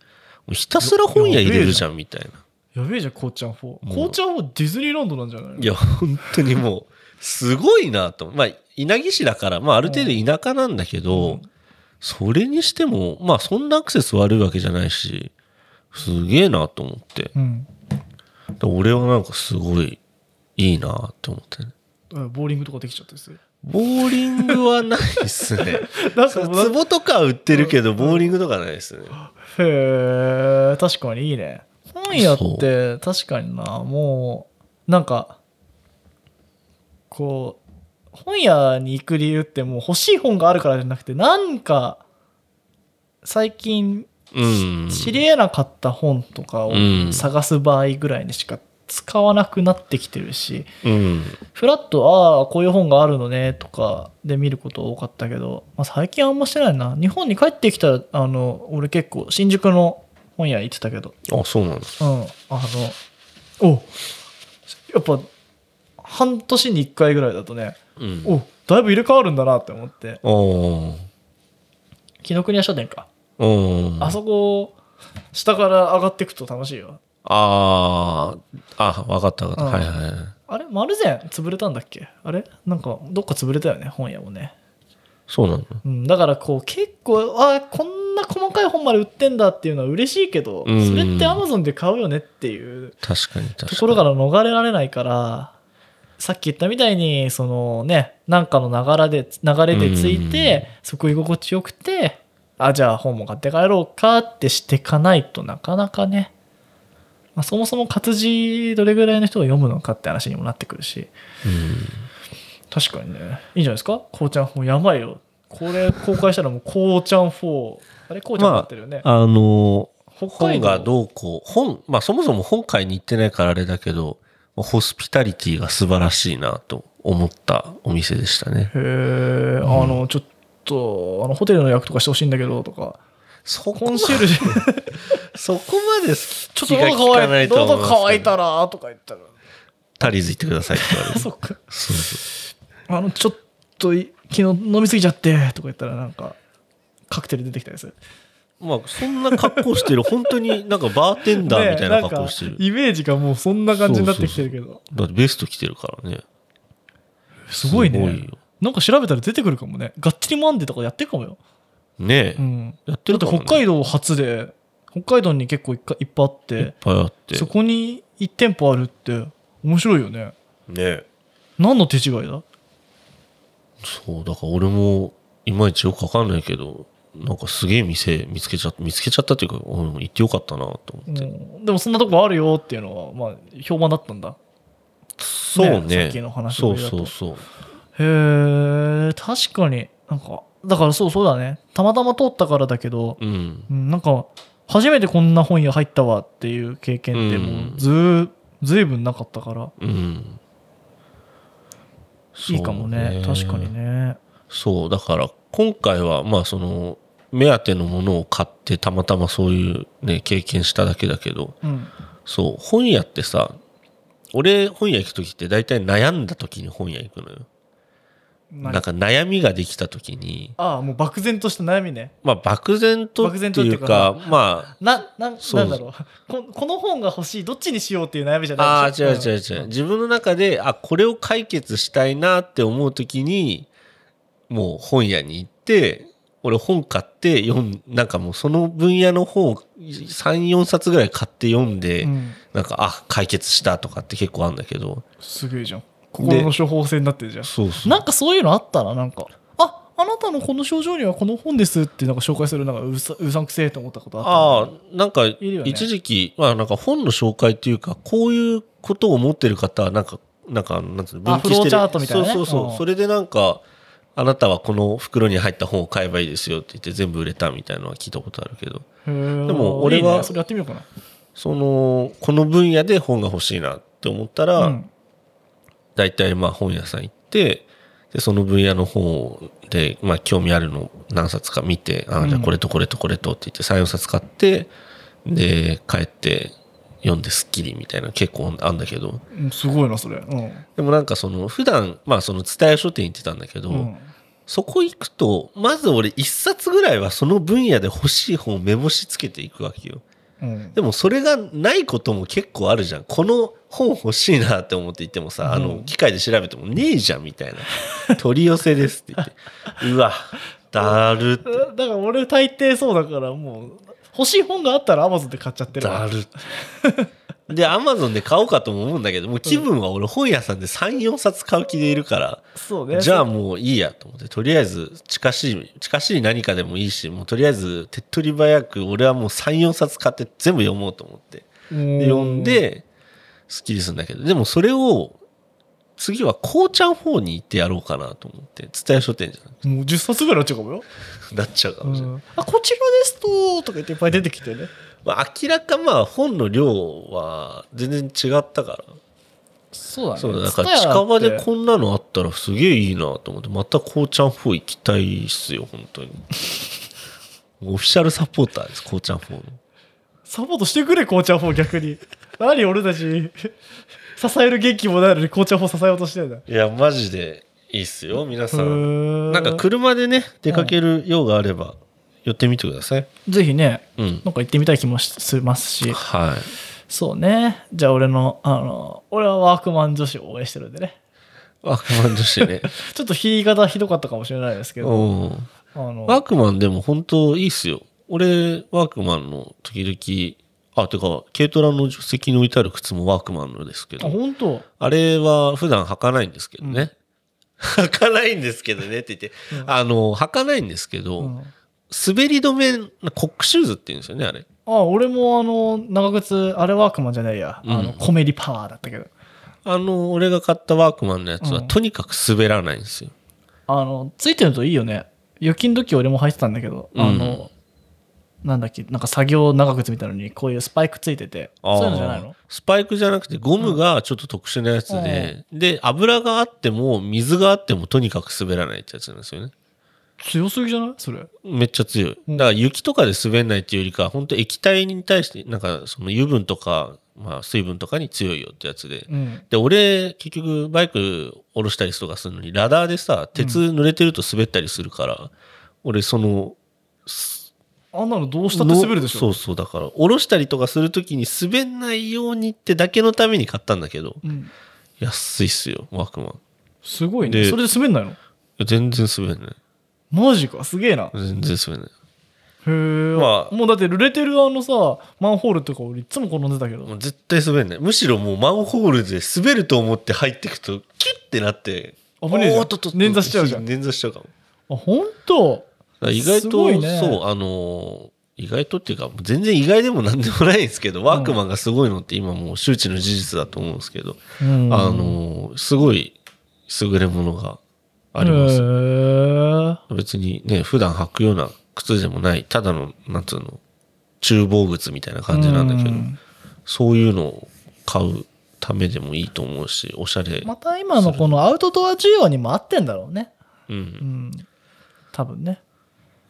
Speaker 1: うひたすら本屋入れるじゃんみたいな。
Speaker 2: やべえじゃん、紅茶法。
Speaker 1: ん
Speaker 2: 紅茶法ディズニーランドなんじゃないの
Speaker 1: いや、本当にもう、すごいなと。まあ、稲城市だから、まあある程度田舎なんだけど、それにしても、まあそんなアクセス悪いわけじゃないし、すげえなと思って。
Speaker 2: うん。
Speaker 1: だから俺はなんかすごいいいなって思ってね。
Speaker 2: うんボーリングとかできちゃったりす
Speaker 1: <laughs>
Speaker 2: る。
Speaker 1: ボーリングはないっす
Speaker 2: <laughs>
Speaker 1: ね。
Speaker 2: なんかもう
Speaker 1: 壺とかは売ってるけど、ボーリングとかないっすね。
Speaker 2: へえ確かにいいね本屋って確かになもうなんかこう本屋に行く理由ってもう欲しい本があるからじゃなくてなんか最近
Speaker 1: うん。
Speaker 2: 知り得なかった本とかを
Speaker 1: うん
Speaker 2: 探す場合ぐらいにしか使わなくなってきてるし
Speaker 1: うん。
Speaker 2: フラッとああこういう本があるのねとかで見ること多かったけど、まあ、最近あんましてないな日本に帰ってきたらあの俺結構新宿の本屋行ってたけど
Speaker 1: あ、そうなんです。
Speaker 2: うんあのおやっぱ半年に1回ぐらいだとね、
Speaker 1: うん
Speaker 2: おだいぶ入れ替わるんだなって思って
Speaker 1: お
Speaker 2: 紀ノ国屋書店か、
Speaker 1: おうん
Speaker 2: あそこ下から上がっていくと楽しいよ
Speaker 1: あーあわかったわかった、
Speaker 2: う
Speaker 1: は
Speaker 2: ん
Speaker 1: いはいはい
Speaker 2: あれ丸善潰れたんだっけあれなんかどっか潰れたよね本屋もね、
Speaker 1: そうなの
Speaker 2: うん、だからこう結構あこんな細かい本まで売ってんだっていうのは嬉しいけど、
Speaker 1: うん
Speaker 2: それってアマゾンで買うよねっていう
Speaker 1: 確かに確かに
Speaker 2: ところから逃れられないからさっき言ったみたいにそのねなんかの流れで流れでついて、そこ居心地よくてあじゃあ本も買って帰ろうかってしてかないとなかなかね、まあ、そもそも活字どれぐらいの人が読むのかって話にもなってくるし確かにねいいんじゃないですかこうちゃん4やばいよこれ公開したらもうこうちゃん4あれこうちゃんになってるよね、
Speaker 1: あの
Speaker 2: 北海
Speaker 1: 本
Speaker 2: 道
Speaker 1: がどうこう本まあそもそも本会に行ってないからあれだけどホスピタリティが素晴らしいなと思ったお店でしたね
Speaker 2: へえあのちょっとあのホテルの役とかしてほしいんだけどとか
Speaker 1: そこ
Speaker 2: コ
Speaker 1: ま
Speaker 2: ンシェルジュ
Speaker 1: そこまで
Speaker 2: <laughs> ちょ
Speaker 1: 気
Speaker 2: っと
Speaker 1: が利
Speaker 2: 喉
Speaker 1: かな
Speaker 2: 乾い
Speaker 1: いと思
Speaker 2: 喉
Speaker 1: います
Speaker 2: 乾いたらとか言ったら。
Speaker 1: タリーズ行ってくださいって言われる
Speaker 2: そっか。
Speaker 1: そうそう
Speaker 2: あの、ちょっとい昨日飲みすぎちゃってとか言ったらなんか、カクテル出てきたりする。
Speaker 1: まあそんな格好してる本当になんかバーテンダーみたいな格好
Speaker 2: <laughs>
Speaker 1: してる、
Speaker 2: ねなんかイメージがもうそんな感じになってきてるけど。
Speaker 1: だってベスト着てるからね
Speaker 2: すごいね
Speaker 1: すごいよ
Speaker 2: なんか調べたら出てくるかもね。がっちりマンデーとかやってるかもよ。
Speaker 1: ねえ、
Speaker 2: うん。
Speaker 1: やって
Speaker 2: だ
Speaker 1: る
Speaker 2: って
Speaker 1: かも、
Speaker 2: 北
Speaker 1: ね、
Speaker 2: 海道初で、北海道に結構いっかいっぱいあっ、
Speaker 1: いってぱいあって
Speaker 2: そこに1店舗あるって面白いよね。
Speaker 1: ねえ
Speaker 2: 何の手違いだ
Speaker 1: そう、だから俺も、いまいちよくわかんないけど、なんかすげえ店見つけちゃった、見つけちゃったっていうか、うん、行ってよかったなと思って。
Speaker 2: うんでもそんなとこあるよっていうのは、まあ、評判だったんだ。
Speaker 1: そうね。
Speaker 2: さっきの話
Speaker 1: そ
Speaker 2: ぶ
Speaker 1: う
Speaker 2: りだと
Speaker 1: そうそう。
Speaker 2: へえ確かになんかだからそうそうだねたまたま通ったからだけど、
Speaker 1: うん。
Speaker 2: うん、なんか初めてこんな本屋入ったわっていう経験って
Speaker 1: うん
Speaker 2: もうずーずいぶんなかったから
Speaker 1: うん。
Speaker 2: いいかもね
Speaker 1: そう
Speaker 2: 確かに。ね
Speaker 1: そう、だから今回は、まあその、目当てのものを買って、たまたまそういうね、経験しただけだけど、
Speaker 2: うん
Speaker 1: そう、本屋ってさ、俺本屋行く時って大体悩んだ時に本屋行くのよ。なんか悩みができた時に、
Speaker 2: ああもう漠然とした悩みね
Speaker 1: まあ、漠然とって
Speaker 2: 漠然とって
Speaker 1: い
Speaker 2: いううか
Speaker 1: か、ま
Speaker 2: なな
Speaker 1: そう
Speaker 2: なんだろう <laughs> ここの本が欲しいどっちにしようっていう悩みじゃ
Speaker 1: あ、あ
Speaker 2: ない
Speaker 1: あー、違う違う違う。自分の中で、あ、これを解決したいなって思うときに、もう本屋に行って、俺本買って読ん、なんかもうその分野の本を3、4冊ぐらい買って読んで、
Speaker 2: うんうん
Speaker 1: なんか、あ、解決したとかって結構あるんだけど。
Speaker 2: すげえじゃん心の処方箋になってるじゃん
Speaker 1: そうそ
Speaker 2: なんかそういうのあったらなんか「ああなたのこの症状にはこの本です」ってなんか紹介するなんかうさうさんくせえと思ったことあった
Speaker 1: ああ、なんか、
Speaker 2: るよね
Speaker 1: 一時期、まあなんか本の紹介っていうか、こういうことを思ってる方は、なんか、なんか、なんつうの、
Speaker 2: あ
Speaker 1: 分岐して
Speaker 2: フロー
Speaker 1: る。
Speaker 2: チャートみたいなね
Speaker 1: そうそうそう。
Speaker 2: うん
Speaker 1: それでなんか、あなたはこの袋に入った本を買えばいいですよって言って全部売れたみたいなのは聞いたことあるけど、
Speaker 2: で
Speaker 1: でも俺はい
Speaker 2: いねそれやってみようかな
Speaker 1: その、この分野で本が欲しいなって思ったら、
Speaker 2: うん
Speaker 1: 大体まあ本屋さん行って、で、その分野の本で、まあ興味あるの何冊か見て、あ
Speaker 2: う
Speaker 1: あ、
Speaker 2: ん
Speaker 1: じゃあこれとこれとこれとって言って3、4冊買って、で、帰って読んですっきりみたいな結構あんだけど、
Speaker 2: うんすごいなそれうん
Speaker 1: でもなんかその普段、まあその伝え書店行ってたんだけど、
Speaker 2: うん
Speaker 1: そこ行くと、まず俺1冊ぐらいはその分野で欲しい本をメモしつけていくわけよ。
Speaker 2: うん
Speaker 1: でもそれがないことも結構あるじゃん。この本欲しいなって思って言ってもさ、あ
Speaker 2: う
Speaker 1: の
Speaker 2: ん、
Speaker 1: 機械で調べてもねえじゃんみたいな。取り寄せですって言って。うわ、だるって、
Speaker 2: えだから俺大抵そうだからもう欲しい本があったらアマゾンで買っちゃってるわ
Speaker 1: だるって。で、アマゾンで買おうかとも思うんだけど、もう気分は俺本屋さんで3、4冊買う気でいるから、
Speaker 2: そうね
Speaker 1: じゃあ
Speaker 2: そう
Speaker 1: もういいやと思って、とりあえず近しい、近しい何かでもいいし、もうとりあえず手っ取り早く俺はもう3、4冊買って全部読もうと思って。
Speaker 2: うん
Speaker 1: で読んで、スッキリするんだけど、でもそれを、次はこうちゃん方に行ってやろうかなと思って、伝え書店じゃな
Speaker 2: もう10冊ぐらいになっちゃうかもよ、
Speaker 1: く <laughs> なっちゃうか
Speaker 2: う
Speaker 1: もしれない。
Speaker 2: んあこちらですととか言っていっぱい出てきてね
Speaker 1: まあ、明らかまあ本の量は全然違ったから。
Speaker 2: そうだね
Speaker 1: そうだ、だから近場でこんなのあったらすげえいいなと思って、またこうちゃん方行きたいっすよ、本当に。 <laughs> オフィシャルサポーターです、こうちゃん方の。
Speaker 2: サポートしてくれ紅茶法逆に何俺たち、 <laughs> 支える元気もないのに紅茶法支えようとしてんだ。
Speaker 1: いや、マジでいいっすよ、皆さん。
Speaker 2: な
Speaker 1: なんか車でね、出かけるようがあれば、寄ってみてください。
Speaker 2: ぜひね、
Speaker 1: うん。
Speaker 2: なんか行ってみたい気もししますし、
Speaker 1: はい。
Speaker 2: そうね。じゃあ俺の、あの、俺はワークマン女子を応援してるんでね。
Speaker 1: ワークマンと
Speaker 2: <laughs>
Speaker 1: してね。
Speaker 2: ちょっと言い方ひどかったかもしれないですけど、
Speaker 1: おー
Speaker 2: あの、
Speaker 1: ワークマンでも本当いいっすよ。俺、ワークマンの時々、あ、てか、軽トラの助手席に置いてある靴もワークマンのですけ
Speaker 2: あ
Speaker 1: ど、
Speaker 2: 本当
Speaker 1: あれは普段履かないんですけどね。
Speaker 2: うん
Speaker 1: 履かないんですけどねって言って、
Speaker 2: うん
Speaker 1: あの、履かないんですけど、
Speaker 2: うん
Speaker 1: 滑り止め、コックシューズって言うんですよね、あれ。
Speaker 2: あ、俺もあの、長靴、あれワークマンじゃないや。あの、
Speaker 1: うん
Speaker 2: コメリパワーだったけど。
Speaker 1: あの、俺が買ったワークマンのやつは、
Speaker 2: うん
Speaker 1: とにかく滑らないんですよ。
Speaker 2: あの、ついてるといいよね。預金時俺も入ってたんだけど、あの、なんだっけ、なんか作業長靴みたいなのに、こういうスパイクついてて、
Speaker 1: あー
Speaker 2: そういうのじゃないの
Speaker 1: スパイクじゃなくて、ゴムがちょっと特殊なやつで、で、油があっても、水があっても、とにかく滑らないってやつなんですよね。
Speaker 2: 強すぎじゃないそれ。
Speaker 1: めっちゃ強い。
Speaker 2: うん
Speaker 1: だから雪とかで滑んないっていうよりか、本当液体に対して、なんかその油分とか、まあ水分とかに強いよってやつで。
Speaker 2: うん。
Speaker 1: で、俺、結局バイク下ろしたりとかするのに、ラダーでさ、鉄濡れてると滑ったりするから、俺その、
Speaker 2: あんなのどうしたって滑るでしょ。
Speaker 1: のそうそう、だから、下ろしたりとかするときに滑んないようにってだけのために買ったんだけど、
Speaker 2: うん。
Speaker 1: 安いっすよ、ワークマン。
Speaker 2: すごいね。
Speaker 1: で
Speaker 2: それで滑んないの
Speaker 1: 全然滑んない。
Speaker 2: マジか、すげえな。へ
Speaker 1: 全然滑んない。
Speaker 2: え、
Speaker 1: まあ
Speaker 2: もうだって、濡れてるあのさ、マンホールとか俺いつも転んでたけど。
Speaker 1: もう絶対滑んない。むしろもうマンホールで滑ると思って入ってくと、キュッてなって、
Speaker 2: 危ねえじゃん
Speaker 1: おーっとっとっと
Speaker 2: 捻挫しちゃうじゃん
Speaker 1: 捻挫しちゃうかも。
Speaker 2: あ、ほんと
Speaker 1: だから意外
Speaker 2: す
Speaker 1: と、
Speaker 2: ごいね
Speaker 1: そう、あのー意外とっていうか、全然意外でもなんでもないんですけど、ワークマンがすごいのって今もう周知の事実だと思うんですけど、
Speaker 2: うん
Speaker 1: あのーすごい優れものがあります。
Speaker 2: へえ
Speaker 1: 別にね、普段履くような靴でもない、ただの、なんつうの、厨房靴みたいな感じなんだけど、
Speaker 2: うん
Speaker 1: そういうのを買うためでもいいと思うし、おしゃれ。
Speaker 2: また今のこのアウトドア需要にも合ってんだろうね。
Speaker 1: う。
Speaker 2: うんん。多分ね。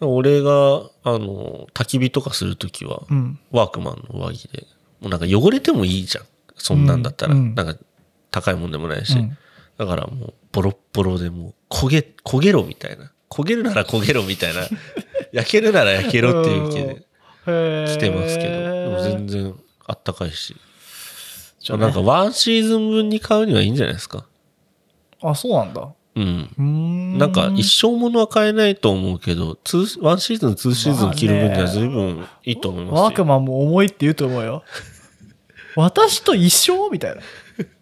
Speaker 1: 俺が、あの、焚き火とかするときは、
Speaker 2: うん。
Speaker 1: ワークマンの上着で、もうなんか汚れてもいいじゃん。そんなんだったら、
Speaker 2: うんうん
Speaker 1: なんか高いもんでもないし。
Speaker 2: うん
Speaker 1: だからもう、ボロッボロでもう、焦げ、焦げろみたいな。焦げるなら焦げろみた
Speaker 2: <laughs>
Speaker 1: いな。焼けるなら焼けろっていう気で
Speaker 2: へー
Speaker 1: 来てますけど、でも全然あったかいし。
Speaker 2: じゃあね
Speaker 1: なんかワンシーズン分に買うにはいいんじゃないですか。
Speaker 2: あそうなんだう
Speaker 1: うん。
Speaker 2: ーん
Speaker 1: なんか一生ものは買えないと思うけど、ツーワンシーズン、ツーシーズン着る分には随分いいと思いますよ。
Speaker 2: ワークマンも重いって言うと思
Speaker 1: <laughs>
Speaker 2: うよ私と一緒みたいな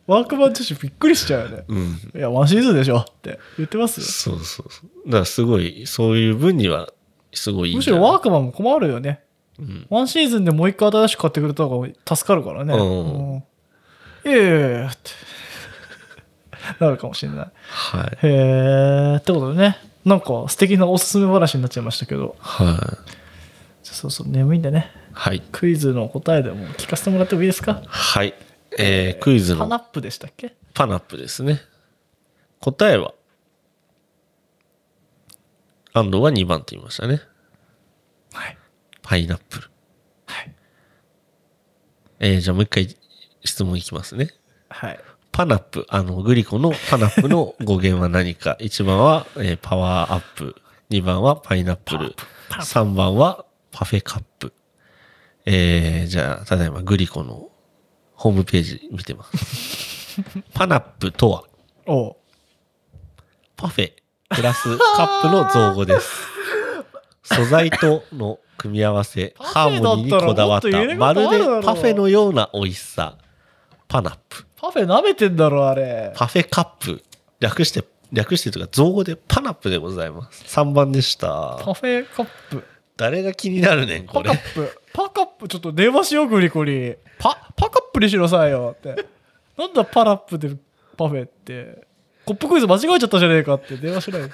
Speaker 2: ワークマン女子びっくりしちゃうよね
Speaker 1: うん。
Speaker 2: いやワンシーズンでしょって言ってますよ
Speaker 1: そうそうそう。だからすごい、そういう分には、すごいいい
Speaker 2: む
Speaker 1: ん
Speaker 2: し
Speaker 1: じゃな
Speaker 2: ろ
Speaker 1: い。
Speaker 2: ワークマンも困るよね
Speaker 1: うん。
Speaker 2: ワンシーズンでもう一回新しく買ってくれた方が助かるからね
Speaker 1: うん
Speaker 2: うんいやいやいやって <laughs> なるかもしれない
Speaker 1: はい。
Speaker 2: へえってことでねなんか素敵なおすすめ話になっちゃいましたけど
Speaker 1: はい。
Speaker 2: じゃあそうそう眠いんでね
Speaker 1: はい。
Speaker 2: クイズの答えでも聞かせてもらってもいいですか
Speaker 1: はい。えー、クイズ
Speaker 2: パナ
Speaker 1: の
Speaker 2: ップでしたっけ
Speaker 1: パナップですね。答えは、安藤は2番って言いましたね。
Speaker 2: はい
Speaker 1: パイナップル。
Speaker 2: はい
Speaker 1: えー、じゃあもう一回質問いきますね。
Speaker 2: はい
Speaker 1: パナップ、あの、グリコのパナップの語源は何か。1番 <laughs> は、えーパワーアップ。2番はパイナップル。
Speaker 2: パナップ
Speaker 1: 3番はパフェカップ。えー、じゃあ、ただいまグリコのホームページ見てます。
Speaker 2: <laughs>
Speaker 1: パナップとは、
Speaker 2: おう
Speaker 1: パフェプラスカップの造語です。 <laughs> 素材との組み合わせ、ハ
Speaker 2: パフ
Speaker 1: ー
Speaker 2: ェだ
Speaker 1: モ
Speaker 2: っ
Speaker 1: ニーに
Speaker 2: たら
Speaker 1: こだわった、
Speaker 2: もっと入れること
Speaker 1: ま
Speaker 2: ある
Speaker 1: る
Speaker 2: だろ
Speaker 1: でパフェのような美味しさ。パナップ。
Speaker 2: パフェ舐めてんだろあれ
Speaker 1: パフェカップ。略して、略してというか、造語でパナップでございます。3番でし
Speaker 2: パ
Speaker 1: た。
Speaker 2: フェカップ
Speaker 1: 誰が気になるねん、
Speaker 2: パ
Speaker 1: こ
Speaker 2: カ
Speaker 1: れ。
Speaker 2: ップパカップちょっと電話しようグリコにパパカップにしなさいよってなんだパラップでパフェってコップクイズ間違えちゃったじゃねえかって電話しない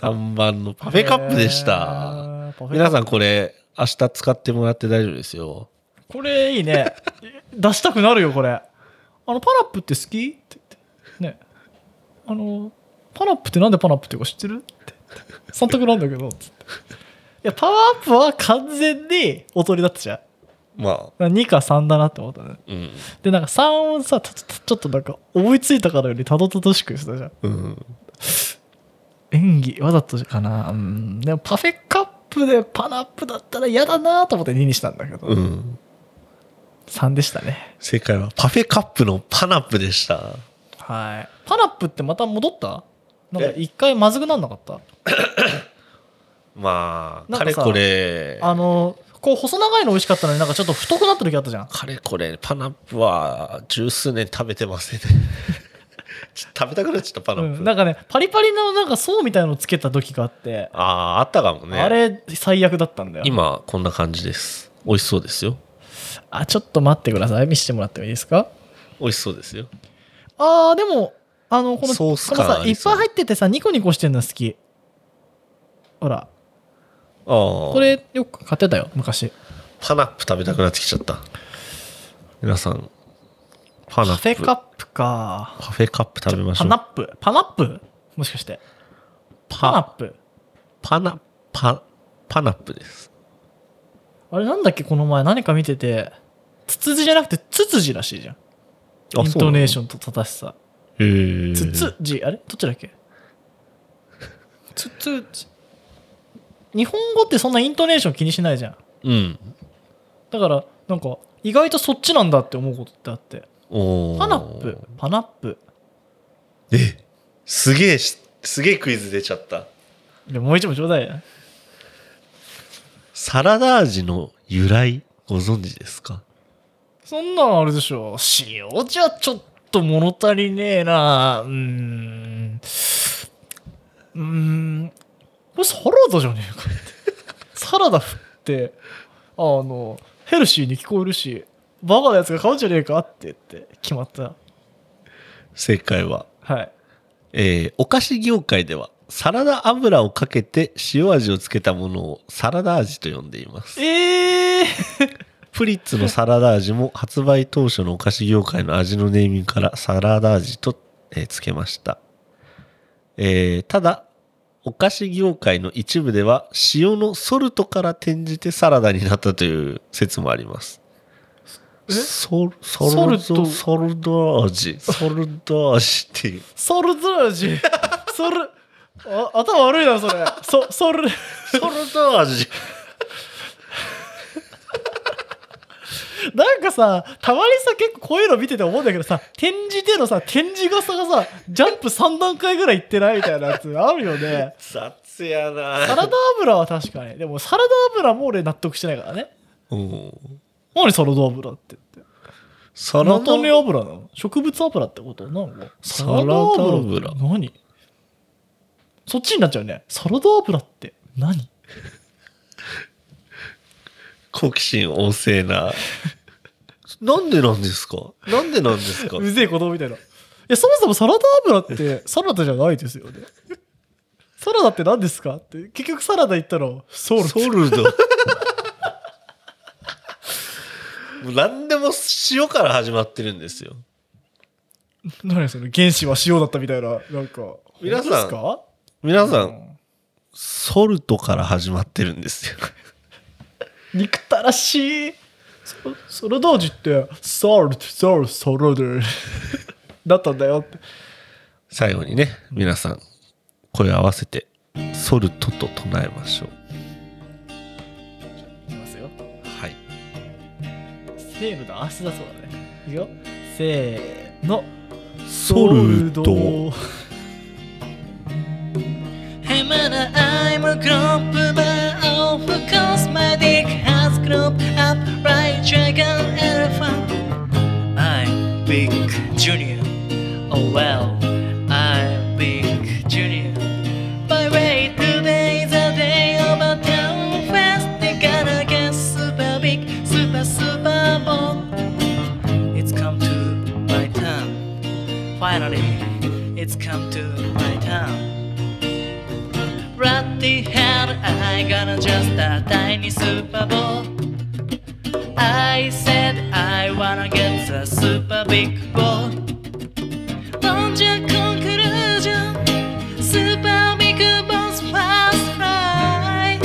Speaker 1: 3番のパフェカップでし
Speaker 2: へ
Speaker 1: た
Speaker 2: ー。パフェカップ
Speaker 1: 皆さんこれ、明日使ってもらって大丈夫ですよ。
Speaker 2: これいいね出したくなるよこれあのパナップって好きって言ってねあのパナップってなんでパナップっていうか知ってるって言って三択なんだけどつっていやパワーアップは完全におとりだったじゃん
Speaker 1: まあ、
Speaker 2: 2か3だなって思ったね
Speaker 1: うん。
Speaker 2: でなんか3をさたたちょっとなんか思いついたからよりたどたどしくしたじゃん
Speaker 1: うん。
Speaker 2: 演技わざとかなうんでもパフェカップでパナップだったら嫌だなと思って2にしたんだけど、
Speaker 1: うん。
Speaker 2: 3でしたね
Speaker 1: 正解は、パフェカップのパナップでした。
Speaker 2: はいパナップってまた戻ったなんか
Speaker 1: え
Speaker 2: 一回まずくなんなかった
Speaker 1: まあ、
Speaker 2: な
Speaker 1: か
Speaker 2: んか
Speaker 1: れ
Speaker 2: さ
Speaker 1: これ、
Speaker 2: あのこう細長いの美味しかったのになんかちょっと太くなった時あったじゃん
Speaker 1: かれこれ、パナップは十数年食べてませんね。 <laughs> ちょっと食べたくなっちゃった、パナップ。
Speaker 2: うん、なんかねパリパリのなんか層みたいのをつけた時があって、
Speaker 1: ああ、あったかもね。
Speaker 2: あれ最悪だったんだよ
Speaker 1: 今、こんな感じです。美味しそうですよ。
Speaker 2: あちょっと待ってください見せてもらってもいいですか
Speaker 1: 美味しそうですよ。
Speaker 2: あーでもあのこの
Speaker 1: ソース
Speaker 2: この
Speaker 1: 感
Speaker 2: さ
Speaker 1: あ
Speaker 2: い
Speaker 1: り
Speaker 2: っ
Speaker 1: そう
Speaker 2: ぱい入っててさニコニコしてんの好きほら
Speaker 1: ああ。
Speaker 2: これよく買ってたよ昔
Speaker 1: パナップ食べたくなってきちゃった。皆さん、パ
Speaker 2: パ
Speaker 1: ナップ。
Speaker 2: フェカップか
Speaker 1: パフェカップ食べましょ
Speaker 2: パ
Speaker 1: う。
Speaker 2: ナップパナップもしかしてパナップ
Speaker 1: パナ、パ、パナップです。
Speaker 2: あれなんだっけこの前何か見ててツツジじゃなくてツツジらしいじゃんイントネーションと正しさ
Speaker 1: ョン。へえ。
Speaker 2: ツツジあれどっちだっけ <laughs> ツツジ日本語ってそんなイントネーション気にしないじゃん
Speaker 1: うん。
Speaker 2: だからなんか意外とそっちなんだって思うことってあって
Speaker 1: おー
Speaker 2: パナップパナップ
Speaker 1: え、すげえし、すげえクイズ出ちゃった。
Speaker 2: いやもう一問ちょうだいや
Speaker 1: サラダ味の由来、ご存知ですか
Speaker 2: そんなんあれでしょ塩じゃちょっと物足りねえなうーんうーんこれサラダじゃねえかってサラダ振ってあのヘルシーに聞こえるしバカなやつが買うんじゃねえかって言って決まった
Speaker 1: 正解は。
Speaker 2: はい
Speaker 1: えーお菓子業界では、サラダ油をかけて塩味をつけたものをサラダ味と呼んでいます。
Speaker 2: ええ
Speaker 1: プリッツのサラダ味も発売当初のお菓子業界の味のネーミングからサラダ味と、えー付けました、えーただお菓子業界の一部では塩のソルトから転じてサラダになったという説もあります
Speaker 2: え
Speaker 1: ソルソ
Speaker 2: ソ
Speaker 1: ル
Speaker 2: ルト
Speaker 1: トソルト味ソルト味っていう
Speaker 2: <laughs> ソルト味ソルあ頭悪いなそれそソル
Speaker 1: ソルト味
Speaker 2: なんかさ、たまにさ、結構こういうの見てて思うんだけどさ、展示でのさ、展示傘がさ、ジャンプ3段階ぐらいいってないみたいなやつあるよね。
Speaker 1: <laughs> 雑や
Speaker 2: サ
Speaker 1: な
Speaker 2: ラダ油は確かに。でもサラダ油も俺納得してないからね。
Speaker 1: うん
Speaker 2: 何サラダ油って言って。
Speaker 1: サラダ
Speaker 2: 菜種油なの植物油ってことなの
Speaker 1: サラダ油
Speaker 2: って何そっちになっちゃうね。サラダ油って何
Speaker 1: 好奇心旺盛な。なんでなんですかなんでなんですか
Speaker 2: <laughs> うぜえ子供みたいな。いや、そもそもサラダ油ってサラダじゃないですよね。サラダって何ですかって、結局サラダ言ったら、ソウル。
Speaker 1: ソルド。もう何でも塩から始まってるんですよ。
Speaker 2: 何その原子は塩だったみたいな、なんか。
Speaker 1: 皆さん
Speaker 2: 本当ですか
Speaker 1: 皆さ、
Speaker 2: うん
Speaker 1: ソルトから始まってるんですよ。
Speaker 2: 憎たらしい。そサラダ味って、ソルト、ソルト、ソルト。 <laughs> だったんだよって。
Speaker 1: 最後にね、皆さん、声を合わせて、ソルトと唱えましょう。
Speaker 2: いきますよ。
Speaker 1: はい。
Speaker 2: せーのだ、明日だそうだね。いくよ。せーの。
Speaker 1: ソルト。
Speaker 3: I'm an I'm a grump, my own because my dick has grown up right dragon elephant. I'm big junior. Oh well, I'm big junior. By way today's a day of a town fest. They gotta get super big, super super bomb. It's come to my turn. Finally, it's come to my turn. Ratty head, I gonna just a tiny Super Bowl. I said I wanna get the super big ball. Don't you conclusion? Super big ball's fast fly.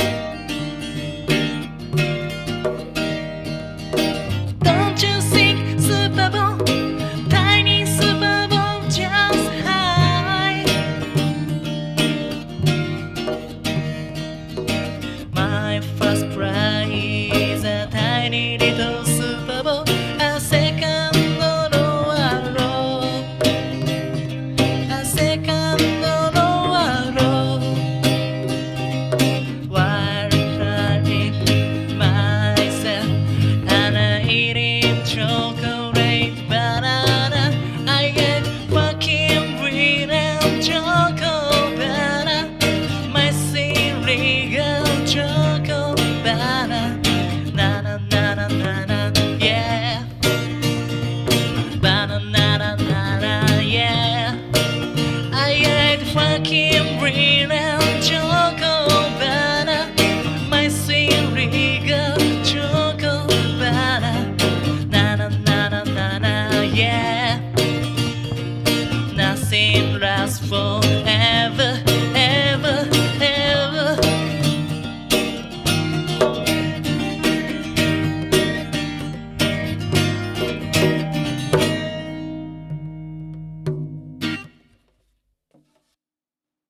Speaker 3: my first